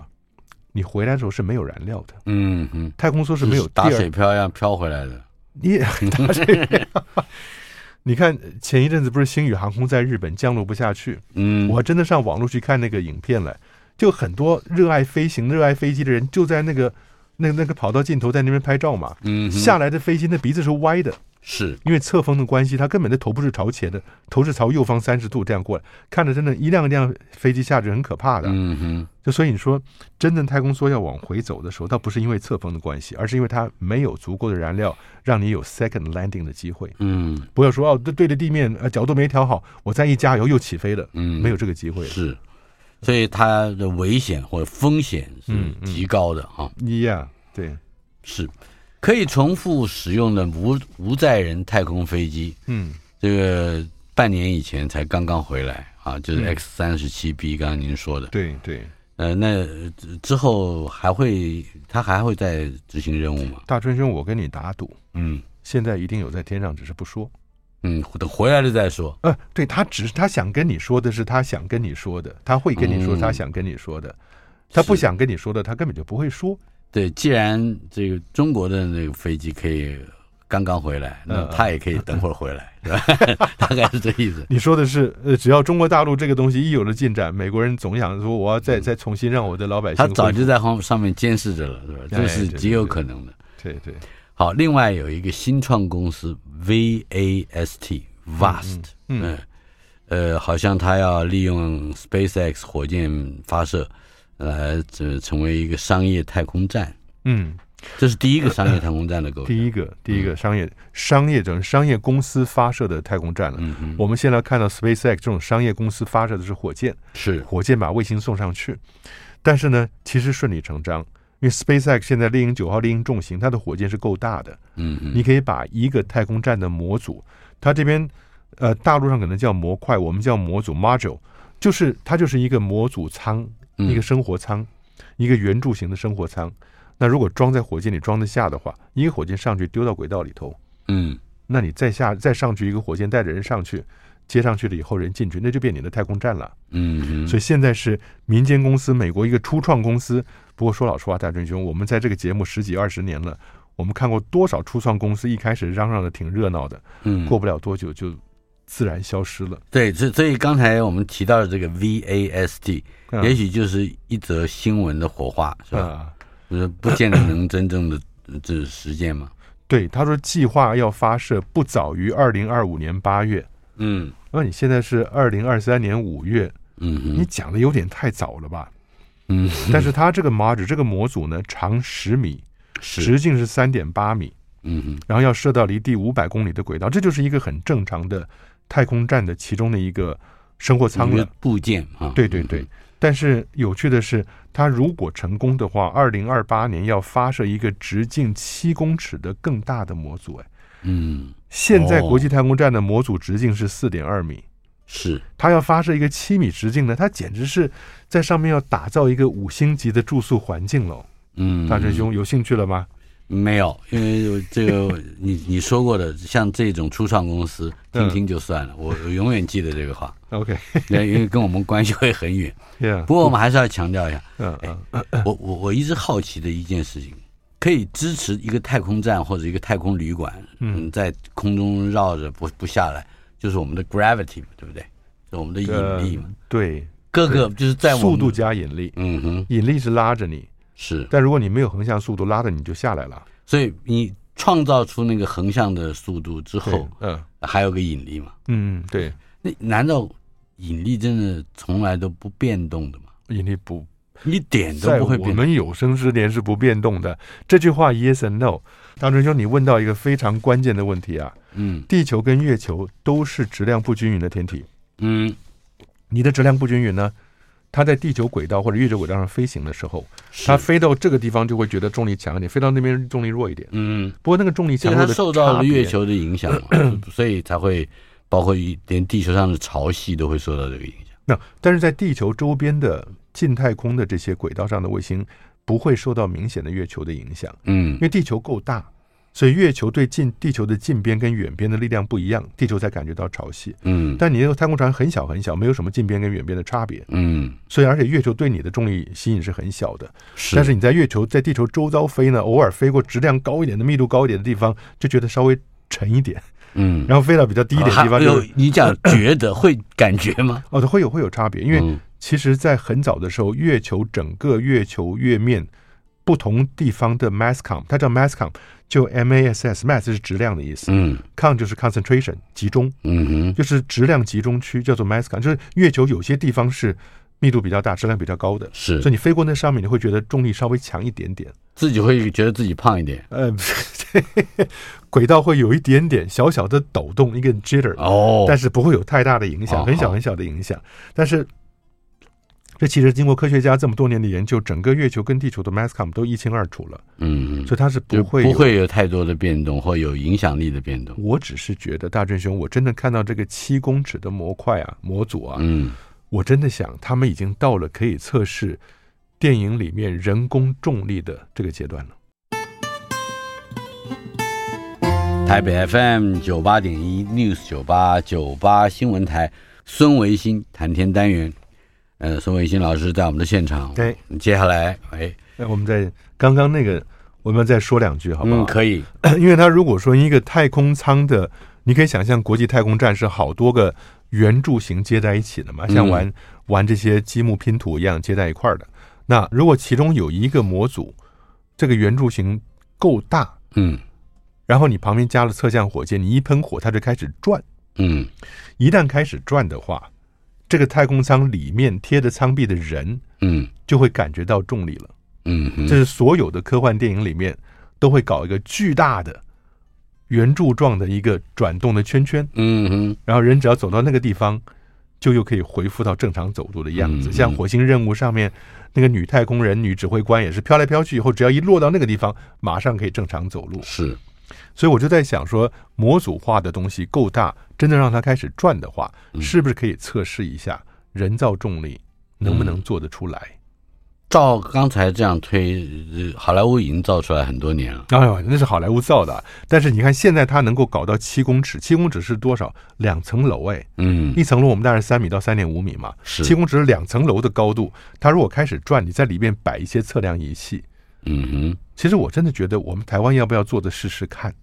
S3: 你回来的时候是没有燃料的，
S2: 嗯嗯，
S3: 太空梭是没有
S2: 打
S3: 第二
S2: 水漂一样漂回来的，
S3: 你 打水 漂。你看前一阵子不是星宇航空在日本降落不下去，
S2: 嗯，
S3: 我还真的上网络去看那个影片来，就很多热爱飞行、热爱飞机的人就在那个那那个跑道尽头在那边拍照嘛。
S2: 嗯哼
S3: 下来的飞机那鼻子是歪的，
S2: 是
S3: 因为侧风的关系，它根本的头不是朝前的，头是朝右方三十度这样过来，看着真的，一辆一辆飞机下去很可怕的。
S2: 嗯哼
S3: 就所以你说，真正太空梭要往回走的时候，倒不是因为侧风的关系，而是因为它没有足够的燃料，让你有 second landing 的机会。
S2: 嗯
S3: 不要说哦，对对着地面，呃，角度没调好，我再一加油又起飞了，
S2: 嗯
S3: 没有这个机会了。
S2: 是，所以它的危险或者风险是
S3: 嗯嗯
S2: 极高的哈。
S3: 一样，对，
S2: 是可以重复使用的无无载人太空飞机，
S3: 嗯，
S2: 这个半年以前才刚刚回来啊，就是
S3: 嗯
S2: X 三十七 B，刚刚您说的，
S3: 对对。
S2: 呃，那呃之之后还会它还会再执行任务吗？
S3: 大春兄，我跟你打赌，
S2: 嗯
S3: 现在一定有在天上，只是不说。
S2: 嗯，等回来了再说。
S3: 呃，对他只是他想跟你说的是他想跟你说的，他会跟你说
S2: 嗯
S3: 他想跟你说的，他不
S2: 是
S3: 想跟你说的，他根本就不会说。
S2: 对，既然这个中国的那个飞机可以刚刚回来，那
S3: 嗯嗯
S2: 它也可以等会儿回来，是吧？ 大概是这意 思。
S3: 你说的是，呃，只要中国大陆这个东西一有了进展，美国人总想说我要再再重新让我的老百姓
S2: 嗯他
S3: 恢复。
S2: 早就在上上面监视着了，是吧？
S3: 哎
S2: 这是
S3: 对
S2: 极有可能的。
S3: 对对，
S2: 好，另外有一个新创公司 VAST Vast，
S3: 嗯
S2: 呃，好像它要利用 SpaceX 火箭发射，来这、成为一个商业太空站，
S3: 嗯，
S2: 这是第一个商业太空站的构想。
S3: 第一个第一
S2: 嗯
S3: 个商业商业整商业公司发射的太空站了。
S2: 嗯哼，
S3: 我们现在看到 SpaceX 这种商业公司发射的是火箭，
S2: 是
S3: 火箭把卫星送上去，但是呢，其实顺理成章，因为 SpaceX 现在猎鹰九号、猎鹰重型，它的火箭是够大的，
S2: 嗯哼，
S3: 你可以把一个太空站的模组，它这边呃大陆上可能叫模块，我们叫模组 module，就是它就是一个模组舱，
S2: 嗯
S3: 一个生活舱，一个圆柱形的生活舱。那如果装在火箭里装得下的话，一个火箭上去丢到轨道里头，
S2: 嗯
S3: 那你再下再上去一个火箭带着人上去，接上去了以后人进去，那就变你的太空站了。
S2: 嗯哼，
S3: 所以现在是民间公司，美国一个初创公司。不过说老实话，大真兄，我们在这个节目十几二十年了，我们看过多少初创公司一开始嚷嚷的挺热闹的，
S2: 嗯
S3: 过不了多久就自然消失了。
S2: 对，所所以刚才我们提到的这个 VAST，、
S3: 嗯
S2: 也许就是一则新闻的火花，是吧？
S3: 啊、
S2: 不是不见得能真正的这实践嘛。
S3: 对，他说计划要发射不早于二零二五年八月。
S2: 嗯
S3: 那你现在是二零二三年五月，
S2: 嗯
S3: 你
S2: 哼
S3: 讲的有点太早了吧？
S2: 嗯，
S3: 但是它这个 module 这个模组呢，长十米，
S2: 是
S3: 直径是三点八米，
S2: 嗯哼
S3: 然后要射到离地五百公里的轨道，这就是一个很正常的太空站的其中的一个生活舱
S2: 一个
S3: 了。
S2: 部件啊，
S3: 对对对
S2: 嗯，
S3: 但是有趣的是，它如果成功的话，二零二八年要发射一个直径七公尺的更大的模组。哎，
S2: 嗯
S3: 现在
S2: 哦
S3: 国际太空站的模组直径是四点二米，
S2: 是
S3: 它要发射一个七米直径的，它简直是在上面要打造一个五星级的住宿环境喽。
S2: 嗯
S3: 大真兄有兴趣了吗？
S2: 没有，因为这个你你说过的，像这种初创公司，听
S3: 嗯
S2: 听就算了，我我永远记得这个话，
S3: OK，Yeah，
S2: 因为跟我们关系会很远。不哎过我们还是要强调一下，
S3: 嗯嗯
S2: 我我我一直好奇的一件事情，可以支持一个太空站或者一个太空旅馆，
S3: 嗯
S2: 嗯，在空中绕着不不下来，就是我们的 gravity 嘛，对不对？是我们的
S3: 呃
S2: 引力嘛，
S3: 对，
S2: 各个就是在我们
S3: 速度，加引力，
S2: 嗯哼，
S3: 引力是拉着你，
S2: 是，
S3: 但如果你没有横向速度拉着你就下来了。
S2: 所以你创造出那个横向的速度之后，
S3: 对，嗯
S2: 还有个引力嘛？
S3: 嗯，对，
S2: 那难道引力真的从来都不变动的吗？
S3: 引力不
S2: 一点都
S3: 在
S2: 不会
S3: 我
S2: 变动。
S3: 们有生之年是不变动的。这句话 yes and no。当真兄，你问到一个非常关键的问题啊，
S2: 嗯
S3: 地球跟月球都是质量不均匀的天体。
S2: 嗯，
S3: 你的质量不均匀呢，它在地球轨道或者月球轨道上飞行的时候，
S2: 是
S3: 它飞到这个地方就会觉得重力强一点，飞到那边重力弱一点。
S2: 嗯，
S3: 不过那个重力
S2: 这
S3: 强
S2: 个
S3: 弱
S2: 它
S3: 的
S2: 受到
S3: 差
S2: 了
S3: 别
S2: 月球的影响 嘛，所以才会包括一连地球上的潮汐都会受到这个影响。
S3: 那但是在地球周边的近太空的这些轨道上的卫星不会受到明显的月球的影响，
S2: 嗯
S3: 因为地球够大，所以月球对近地球的近边跟远边的力量不一样，地球才感觉到潮汐。
S2: 嗯
S3: 但你那个太空船很小很小，没有什么近边跟远边的差别，
S2: 嗯，
S3: 所以而且月球对你的重力吸引是很小的。
S2: 是，
S3: 但是你在月球在地球周遭飞呢，偶尔飞过质量高一点的、密度高一点的地方，就觉得稍微沉一点，
S2: 嗯，
S3: 然后飞到比较低一点的地
S2: 还
S3: 方
S2: 有
S3: 就。
S2: 你讲觉得会感觉吗？
S3: 哦，它会有会有差别，因为
S2: 嗯
S3: 其实，在很早的时候，月球整个月球月面不同地方的 masscom，它叫 masscom，就 M A S S，mass 是质量的意思、
S2: 嗯
S3: c o n 就是 concentration，集中，
S2: 嗯哼
S3: 就是质量集中区，叫做 masscom，就是月球有些地方是密度比较大、质量比较高的，
S2: 是
S3: 所以你飞过那上面，你会觉得重力稍微强一点点，
S2: 自己会觉得自己胖一点
S3: 呃， 轨道会有一点点小小的抖动，一个 jitter，
S2: 哦，
S3: 但是不会有太大的影响，
S2: 哦
S3: 很小
S2: 好
S3: 很小的影响。但是这其实经过科学家这么多年的研究，整个月球跟地球的 masscom 都一清二楚了，
S2: 嗯嗯
S3: 所以它是不
S2: 就
S3: 会
S2: 不
S3: 有。
S2: 会有太多的变动或有影响力的变动。
S3: 我只是觉得大正兄，我真的看到这个七公尺的模块啊、模组啊，
S2: 嗯
S3: 我真的想他们已经到了可以测试电影里面人工重力的这个阶段了。
S2: 台北 FM 九八点一 News 九八九八新闻台，孙维新谈天单元，呃，孙维新老师在我们的现场。
S3: 对，
S2: 接下来，哎，
S3: 那我们在刚刚那个，我们再说两句好不好？
S2: 嗯，可以，
S3: 因为它如果说一个太空舱的，你可以想象国际太空站是好多个圆柱形接在一起的嘛，
S2: 嗯
S3: 像玩、玩这些积木拼图一样接在一块儿的。那如果其中有一个模组，这个圆柱形够大，
S2: 嗯
S3: 然后你旁边加了测向火箭，你一喷火，它就开始转。
S2: 嗯
S3: 一旦开始转的话，这个太空舱里面贴着舱壁的人
S2: 嗯
S3: 就会感觉到重力了。
S2: 嗯哼
S3: 这是所有的科幻电影里面都会搞一个巨大的圆柱状的一个转动的圈圈，
S2: 嗯哼
S3: 然后人只要走到那个地方，就又可以恢复到正常走路的样子。
S2: 嗯
S3: 像火星任务上面那个女太空人、女指挥官也是飘来飘去以后，只要一落到那个地方，马上可以正常走路。
S2: 是
S3: 所以我就在想说，模组化的东西够大，真的让它开始转的话，
S2: 嗯
S3: 是不是可以测试一下人造重力能不能做得出来？
S2: 照刚才这样推，呃好莱坞已经造出来很多年了。
S3: 哎呦，那是好莱坞造的啊，但是你看现在它能够搞到七公尺，七公尺是多少？两层楼哎，
S2: 嗯
S3: 一层楼我们大概是三米到三点五米嘛，
S2: 是
S3: 七公尺是两层楼的高度。它如果开始转，你在里面摆一些测量仪器，
S2: 嗯哼，
S3: 其实我真的觉得我们台湾要不要做的试试看，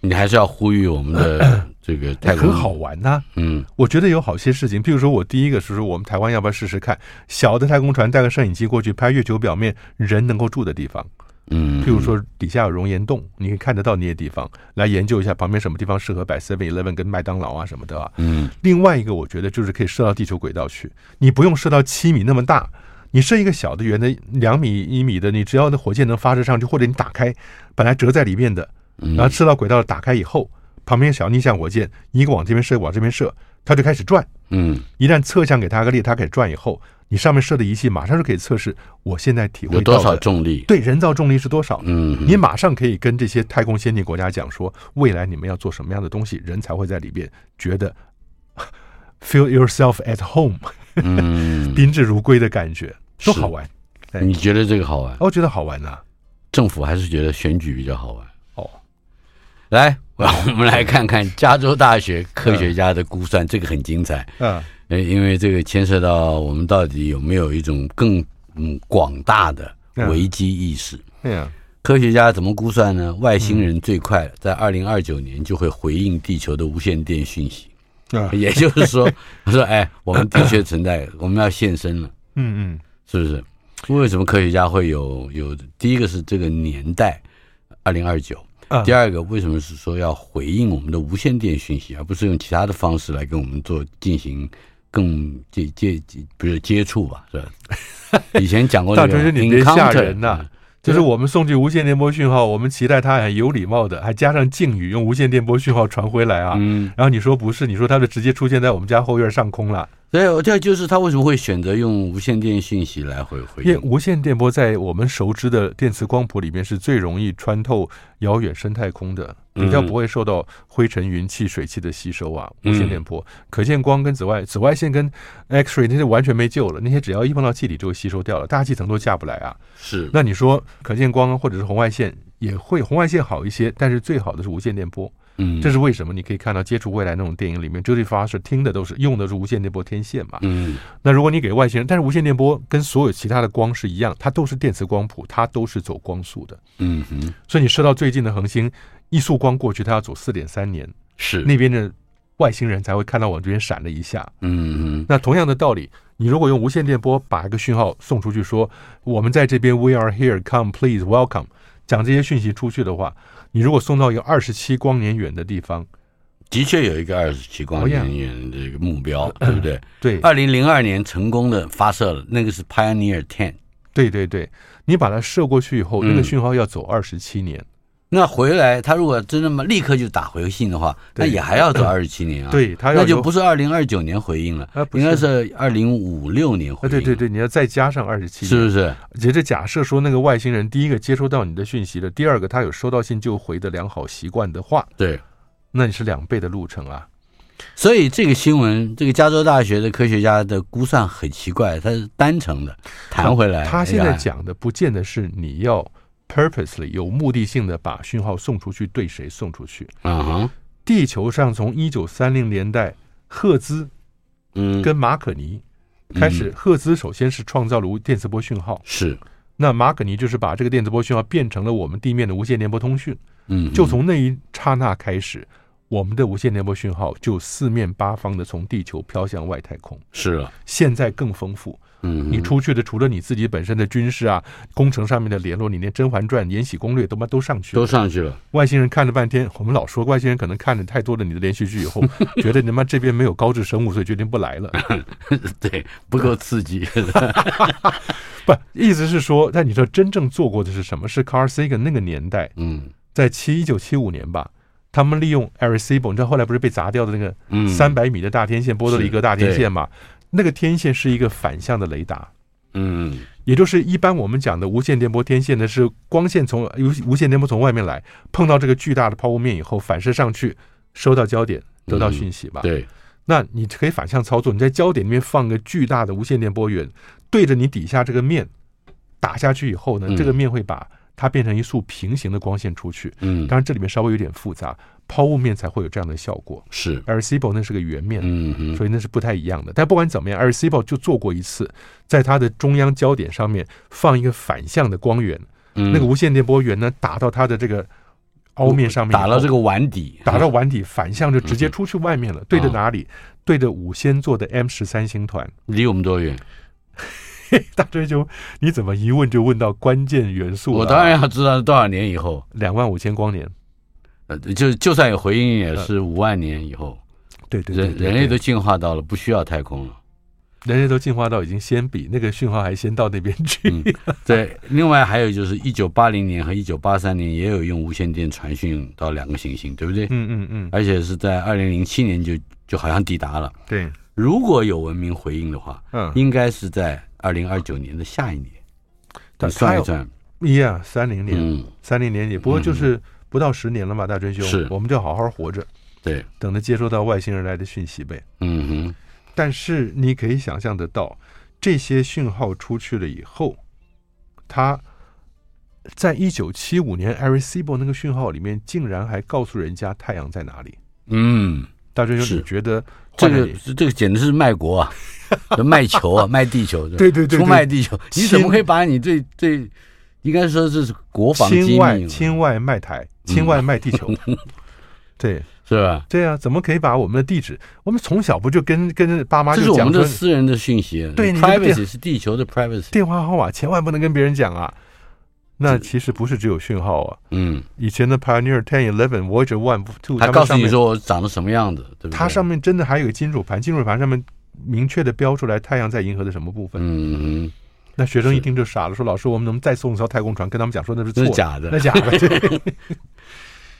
S2: 你还是要呼吁我们 的这个太空
S3: 哎很好。玩呐、
S2: 嗯
S3: 我觉得有好些事情，譬如说我第一个是说，我们台湾要不要试试看，小的太空船带个摄影机过去拍月球表面人能够住的地方，
S2: 嗯，
S3: 譬如说底下有熔岩洞，你可以看得到那些地方，来研究一下旁边什么地方适合摆 Seven Eleven 跟麦当劳啊什么的啊。
S2: 嗯
S3: 另外一个我觉得就是可以射到地球轨道去，你不用射到七米那么大，你射一个小的圆的两米一米的，你只要那火箭能发射上去，或者你打开本来折在里面的，
S2: 嗯
S3: 然后射到轨道打开以后，旁边小逆向火箭一个往这边射，往这边射，它就开始转。
S2: 嗯，
S3: 一旦侧向给它个力，它可以转以后，你上面设的仪器马上就可以测试我现在体会
S2: 有
S3: 到
S2: 多
S3: 的
S2: 少重力？
S3: 对人造重力是多少。
S2: 嗯哼，
S3: 你马上可以跟这些太空先进国家讲说，未来你们要做什么样的东西，人才会在里边觉得 feel yourself at home，
S2: 嗯，
S3: 宾至如归的感觉，
S2: 是
S3: 都好玩。哎
S2: 你觉得这个好玩？
S3: 我觉得好玩啊呐、
S2: 政府还是觉得选举比较好玩。
S3: 哦，
S2: 来，我们来看看加州大学科学家的估算，这个很精彩。
S3: 嗯
S2: 呃，因为这个牵涉到我们到底有没有一种更嗯广大的
S3: 嗯
S2: 危机意识。
S3: 那样
S2: 科学家怎么估算呢？外星人最快在二零二九年就会回应地球的无线电讯息，
S3: 啊，
S2: 也就是说， 他说：“哎，我们的确存在，我们要现身了，
S3: 嗯嗯
S2: 是不是？”为什么科学家会有有？第一个是这个年代，二零二九。
S3: 啊，
S2: 第二个，为什么是说要回应我们的无线电讯息，而不是用其他的方式来跟我们做进行更接接接，不是接触吧？是吧？ 以前讲过
S3: 大
S2: 这
S3: 春
S2: 个
S3: 师你别吓人呐、
S2: encounter，嗯
S3: 就是我们送去无线电波讯号，我们期待它很有礼貌的，还加上敬语，用无线电波讯号传回来啊。
S2: 嗯，
S3: 然后你说不是，你说它就直接出现在我们家后院上空了。
S2: 所以我这就是他为什么会选择用无线电讯息来回回
S3: 因为
S2: 应。
S3: 无线电波在我们熟知的电磁光谱里面是最容易穿透遥远深太空的，比较
S2: 嗯
S3: 不会受到灰尘、云气、水汽的吸收啊。无
S2: 嗯
S3: 线电波、可见光跟紫外紫外线跟 X-ray 那些完全没救了，那些只要一碰到气体就会吸收掉了，大气层都下不来啊。
S2: 是，
S3: 那你说可见光或者是红外线也会，红外线好一些，但是最好的是无线电波。
S2: 嗯，
S3: 这是为什么？你可以看到接触未来那种电影里面，Judy Foster 听的都是用的是无线电波天线嘛。
S2: 嗯
S3: 那如果你给外星人，但是无线电波跟所有其他的光是一样，它都是电磁光谱，它都是走光速的。
S2: 嗯哼，
S3: 所以你射到最近的恒星，一束光过去，它要走四点三年，
S2: 是，
S3: 那边的外星人才会看到往这边闪了一下。
S2: 嗯哼，
S3: 那同样的道理，你如果用无线电波把一个讯号送出去说，我们在这边，We are here, come please, welcome，讲这些讯息出去的话，你如果送到一个二十七光年远的地方，
S2: 的确有一个二十七光
S3: 哦呀
S2: 年远的一个目标，对不对？
S3: 对
S2: 二零零二年成功的发射了，那个是 Pioneer Ten。
S3: 对对对，你把它射过去以后，
S2: 嗯
S3: 那个讯号要走二十七年。
S2: 那回来，他如果真的嘛立刻就打回信的话，那
S3: 对
S2: 也还要走二十七年啊。，
S3: 对，它要
S2: 那就
S3: 有
S2: 不是二零二九年回应了，
S3: 啊不
S2: 应
S3: 是
S2: 该是二零五六年回
S3: 啊，
S2: 应。
S3: 对对，对，你要再加上二十七，
S2: 是不是？
S3: 也就假设说那个外星人第一个接收到你的讯息的，第二个他有收到信就回的良好习惯的话，
S2: 对。
S3: 那你是两倍的路程啊。
S2: 所以这个新闻，这个加州大学的科学家的估算很奇怪，它是单程的，弹回来。
S3: 他现
S2: 哎
S3: 在
S2: 呀，
S3: 讲的不见得是你要 purposely 有目的性的把讯号送出去，对谁送出去？
S2: 嗯哼，
S3: 地球上从一九三零年代赫兹
S2: 嗯，
S3: 跟马可尼开始，赫兹首先是创造了电磁波讯号，
S2: 是，
S3: 那马可尼就是把这个电磁波讯号变成了我们地面的无线电波通讯。
S2: 嗯，
S3: 就从那一刹那开始，我们的无线电波讯号就四面八方的从地球飘向外太空。
S2: 是了，
S3: 现在更丰富，
S2: 嗯，
S3: 你出去的除了你自己本身的军事啊、工程上面的联络，你连《甄嬛传》《延禧攻略》都妈都上去了
S2: 都。上去了，
S3: 外星人看了半天，我们老说外星人可能看了太多的你的连续剧以后， 觉得你妈这边没有高智生物，所以决定 不来了。
S2: 对，不够刺激，
S3: 不，意思是说，但你知道真正做过的是什么？是 Carl Sagan 那个年代，
S2: 嗯
S3: 在七一九七五年吧，他们利用 Arecibo，你知道后来不是被砸掉的那个
S2: 嗯，
S3: 三百米的大天线，波多黎各大天线嘛？那个天线是一个反向的雷达，
S2: 嗯，
S3: 也就是一般我们讲的无线电波天线呢，是光线从无无线电波从外面来，碰到这个巨大的抛物面以后反射上去，收到焦点，得到讯息吧？
S2: 嗯对，
S3: 那你可以反向操作，你在焦点里面放个巨大的无线电波源，对着你底下这个面打下去以后呢
S2: 嗯，
S3: 这个面会把它变成一束平行的光线出去。
S2: 嗯
S3: 当然，这里面稍微有点复杂，抛物面才会有这样的效果。
S2: 是，
S3: 而 c i b o 那是个圆面，
S2: 嗯哼，
S3: 所以那是不太一样的。但不管怎么样 a r c i b o 就做过一次，在它的中央焦点上面放一个反向的光源，那
S2: 那
S3: 个无线电波源呢打到它的这个凹面上面以后，
S2: 打到这个嗯碗底，
S3: 打到碗底，反向就直接出去外面了。对着哪
S2: 嗯
S3: 里？对着五仙座的 M 十三星团。
S2: 离我们多远？
S3: 大追究，你怎么一问就问到关键元素了啊？
S2: 我当然要知道多少年以后，
S3: 两万五千光年。
S2: 呃，就就算有回音，也是五万年以后，
S3: 对嗯对对
S2: 人人类都进化到了不需要太空了。
S3: 人类都进化到已经先比那个讯号还先到那边去。
S2: 嗯对，另外还有就是，一九八零年和一九八三年也有用无线电传讯到两个行星，对不对？
S3: 嗯 嗯嗯，
S2: 而且是在二零零七年就就好像抵达了。
S3: 对，
S2: 如果有文明回应的话，
S3: 嗯，
S2: 应该是在二零二九年的下一年。
S3: 对
S2: 你算一算，
S3: 一啊，三零年，
S2: 嗯，
S3: 三零年也不过就是不到十年了嘛，大追兄，
S2: 是
S3: 我们就好好活着，
S2: 对，
S3: 等着接收到外星人来的讯息呗。
S2: 嗯哼，
S3: 但是你可以想象得到，这些讯号出去了以后，它在一九七五年 a r e c i b o 那个讯号里面，竟然还告诉人家太阳在哪里。
S2: 嗯，
S3: 大追
S2: 是
S3: 兄，你觉得
S2: 这
S3: 换了
S2: 个
S3: 你
S2: 这个简直是卖国 啊，卖球啊，卖地球，
S3: 对对对
S2: 出卖地球，
S3: 亲
S2: 你怎么可以把你最最应该说这是国防机密嗯
S3: 亲
S2: 嘛
S3: 外亲外卖台，亲外卖地球。 对
S2: 是吧？
S3: 对啊，怎么可以把我们的地址？我们从小不就跟跟爸妈
S2: 这是
S3: 就
S2: 我
S3: 讲
S2: 们
S3: 说
S2: 的，私人的讯息啊
S3: 对你这个
S2: ，privacy 是地球的 privacy，
S3: 电话号码千万不能跟别人讲啊。那其实不是只有讯号啊，
S2: 嗯，
S3: 以前的 Pioneer Ten、Eleven、Voyager One、Two，
S2: 他
S3: 们
S2: 告诉
S3: 上
S2: 你
S3: 面
S2: 说我长得什么样子，对不对？
S3: 它上面真的还有个金属盘，金属盘上面明确的标出来太阳在银河的什么部分。
S2: 嗯，嗯，
S3: 那学生一听就傻了，说：“老师，我们能不能再送一艘太空船？”跟他们讲说那是
S2: 这
S3: 错的
S2: 是假的
S3: 那，假的。对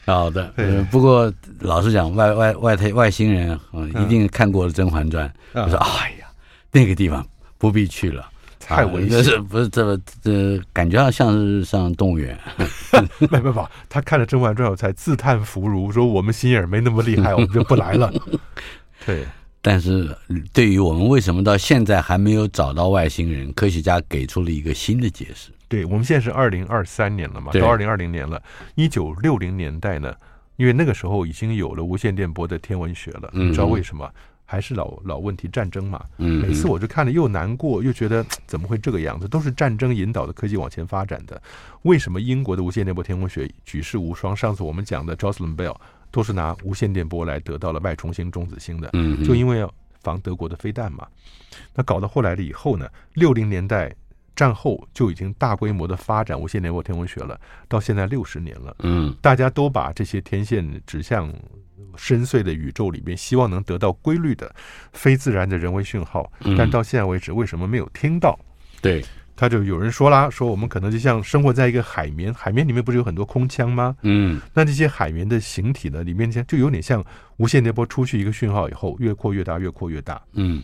S2: 好的，
S3: 对
S2: 呃不过老实讲，外外外太外星人，嗯，一定看过了《甄嬛传》，
S3: 嗯
S2: 就说：“哎呀，那个地方不必去了，
S3: 太
S2: 啊
S3: 危
S2: 这
S3: 险
S2: 是不是这这感觉像是上动物园？
S3: 没办法，他看了《甄嬛传》我才自叹弗如，说我们心眼儿没那么厉害，我们就不 来了。对，
S2: 但是对于我们为什么到现在还没有找到外星人，科学家给出了一个新的解释。
S3: 对，我们现在是二零二三年了嘛，
S2: 对
S3: 到二零二零年了。一九六零年代呢，因为那个时候已经有了无线电波的天文学了，
S2: 嗯
S3: 你知道为什么？还是老老问题，战争嘛。
S2: 嗯，
S3: 每次我就看了又难过，又觉得怎么会这个样子？都是战争引导的科技往前发展的，为什么英国的无线电波天文学举世无双？上次我们讲的 Jocelyn Bell 都是拿无线电波来得到了脉冲星、中子星的，
S2: 嗯，
S3: 就因为要防德国的飞弹嘛。那搞到后来了以后呢，六零年代战后就已经大规模的发展无线电波天文学了，到现在六十年了。
S2: 嗯
S3: 大家都把这些天线指向深邃的宇宙里边，希望能得到规律的、非自然的人为讯号
S2: 嗯。
S3: 但到现在为止，为什么没有听到？
S2: 对，
S3: 他就有人说啦，说我们可能就像生活在一个海绵，海绵里面不是有很多空腔吗？
S2: 嗯
S3: 那这些海绵的形体呢，里面就有点像无线电波出去一个讯号以后，越扩越大，越扩越大。
S2: 嗯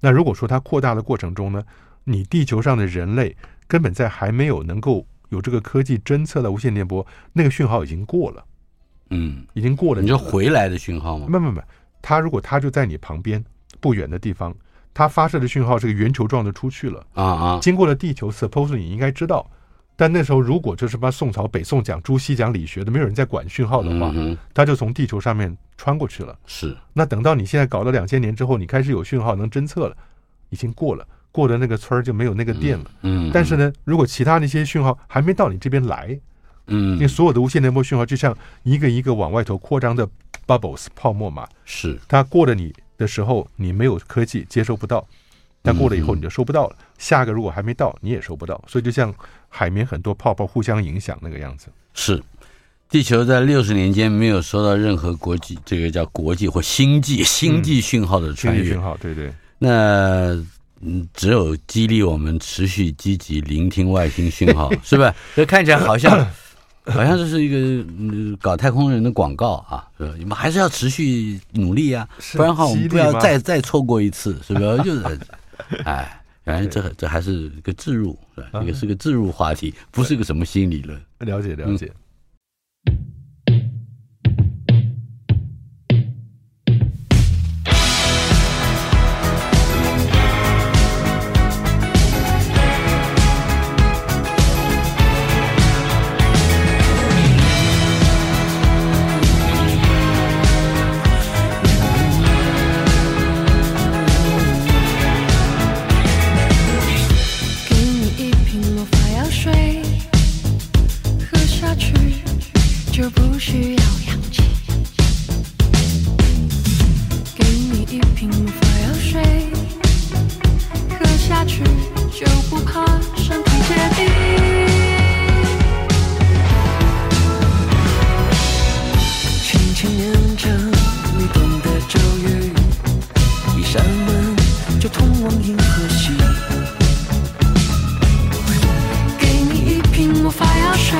S3: 那如果说它扩大的过程中呢，你地球上的人类根本在还没有能够有这个科技侦测到无线电波，那个讯号已经过了，
S2: 嗯，
S3: 已经过了。
S2: 你说回来的讯号吗？
S3: 慢慢慢，它如果它就在你旁边不远的地方，它发射的讯号是个圆球状的出去了，
S2: 啊啊，
S3: 经过了地球，suppose 你应该知道。但那时候如果就是把宋朝、北宋讲朱熹讲理学的，没有人在管讯号的话，
S2: 嗯哼
S3: 它就从地球上面穿过去了。
S2: 是，
S3: 那等到你现在搞到两千年之后，你开始有讯号能侦测了，已经过了，过了那个村儿就没有那个电了。
S2: 嗯，
S3: 但是呢，如果其他那些讯号还没到你这边来，
S2: 嗯
S3: 因为所有的无线电波讯号就像一个一个往外头扩张的 bubbles 泡沫嘛，
S2: 是
S3: 它过了你的时候，你没有科技接收不到，但过了以后你就收不到了。下个如果还没到，你也收不到，所以就像海绵很多泡泡互相影响那个样子。
S2: 是。地球在六十年间没有收到任何国际这个叫国际或星际星际讯号的
S3: 经
S2: 穿
S3: 济
S2: 越，
S3: 嗯讯号，对对，
S2: 那嗯，只有激励我们持续积极聆听外星讯 号，是吧？这看起来好像好像这是一个、嗯、搞太空人的广告啊，是吧？你们还是要持续努力啊，
S3: 是
S2: 不然的话我
S3: 激
S2: 们
S3: 励
S2: 不要
S3: 吗
S2: 再再错过一次， 是不是？就是，哎，原来这这还是个置入，是吧？
S3: 嗯
S2: 这个是个置入话题，不是个什么新理论。
S3: 了解
S2: 嗯
S3: 了解。
S4: 给你一瓶魔法药水，喝下去就不需要氧气。给你一瓶魔法药水，喝下去就不怕身体结冰。
S5: 轻轻念着你懂的咒语，一扇门就通往银河系。
S4: 给你一瓶魔法药水，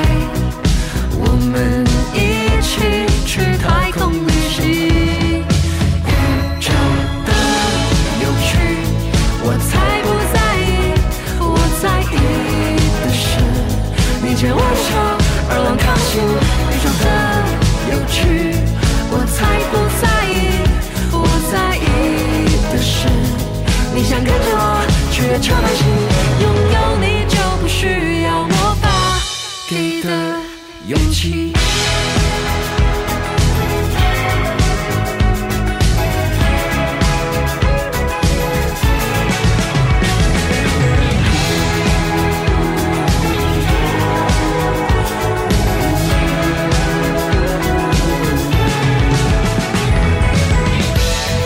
S4: 我们一起去太空旅行。宇宙的有趣，我才不在意，我在意的是你牵我手，耳朗靠近。宇宙的有趣，我才不在意，我在意的是你想跟着我去月球旅行，拥有你就不需要我吧给的勇气。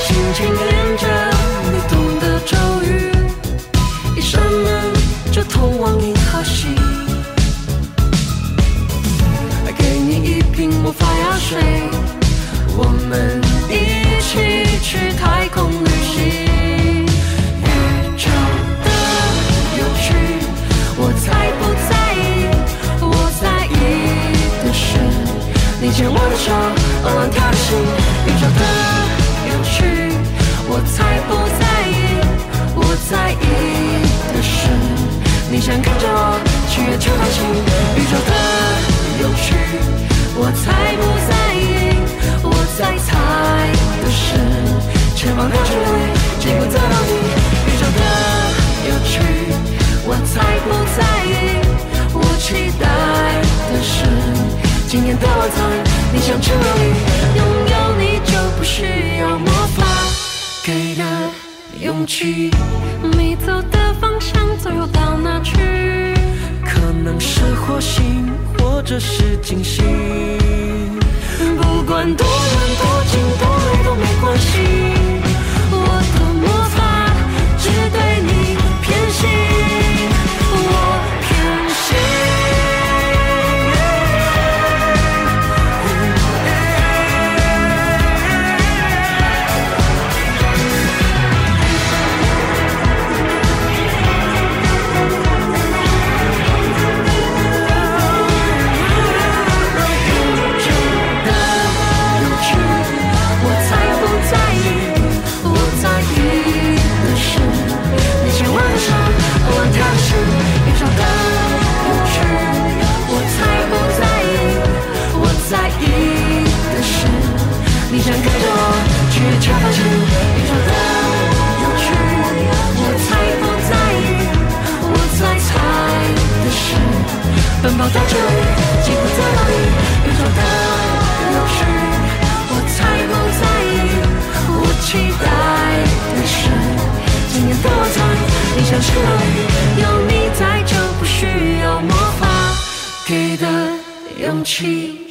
S4: 轻轻念着你懂的咒语，一扇门就通往银河系。给你一瓶魔法药水，我们一起去太空旅行。宇宙的有趣，我才不在意，我在意的是你牵我的手，偶然跳起。宇宙的有趣，我才不在意，我在意的是你想跟着我去月球旅行。宇宙的有趣，我才不在意，我在猜的是前方的距离，结果得到你。宇宙的有趣，我才不在意，我期待的是今天的晚餐，你想去哪里？拥有你就不需要魔法给的勇气。你走的方向最后到哪去？
S5: 可能是火星，或者是金星。
S4: 不管多远多近多累都没关系，我的魔法只对你偏心，我偏心。有趣，我才不在意，我在意的是你牵我的手，我跳的是宇宙的有趣，我才不在意，我在意的是你想跟着我去月球旅行，宇宙的有趣，我才不在意，我在猜的是奔跑在这里，结果在哪里，宇宙的有趣。我才不在意，我期待的是今天的晚餐，你想去哪里？有你在就不需要魔法给的勇气。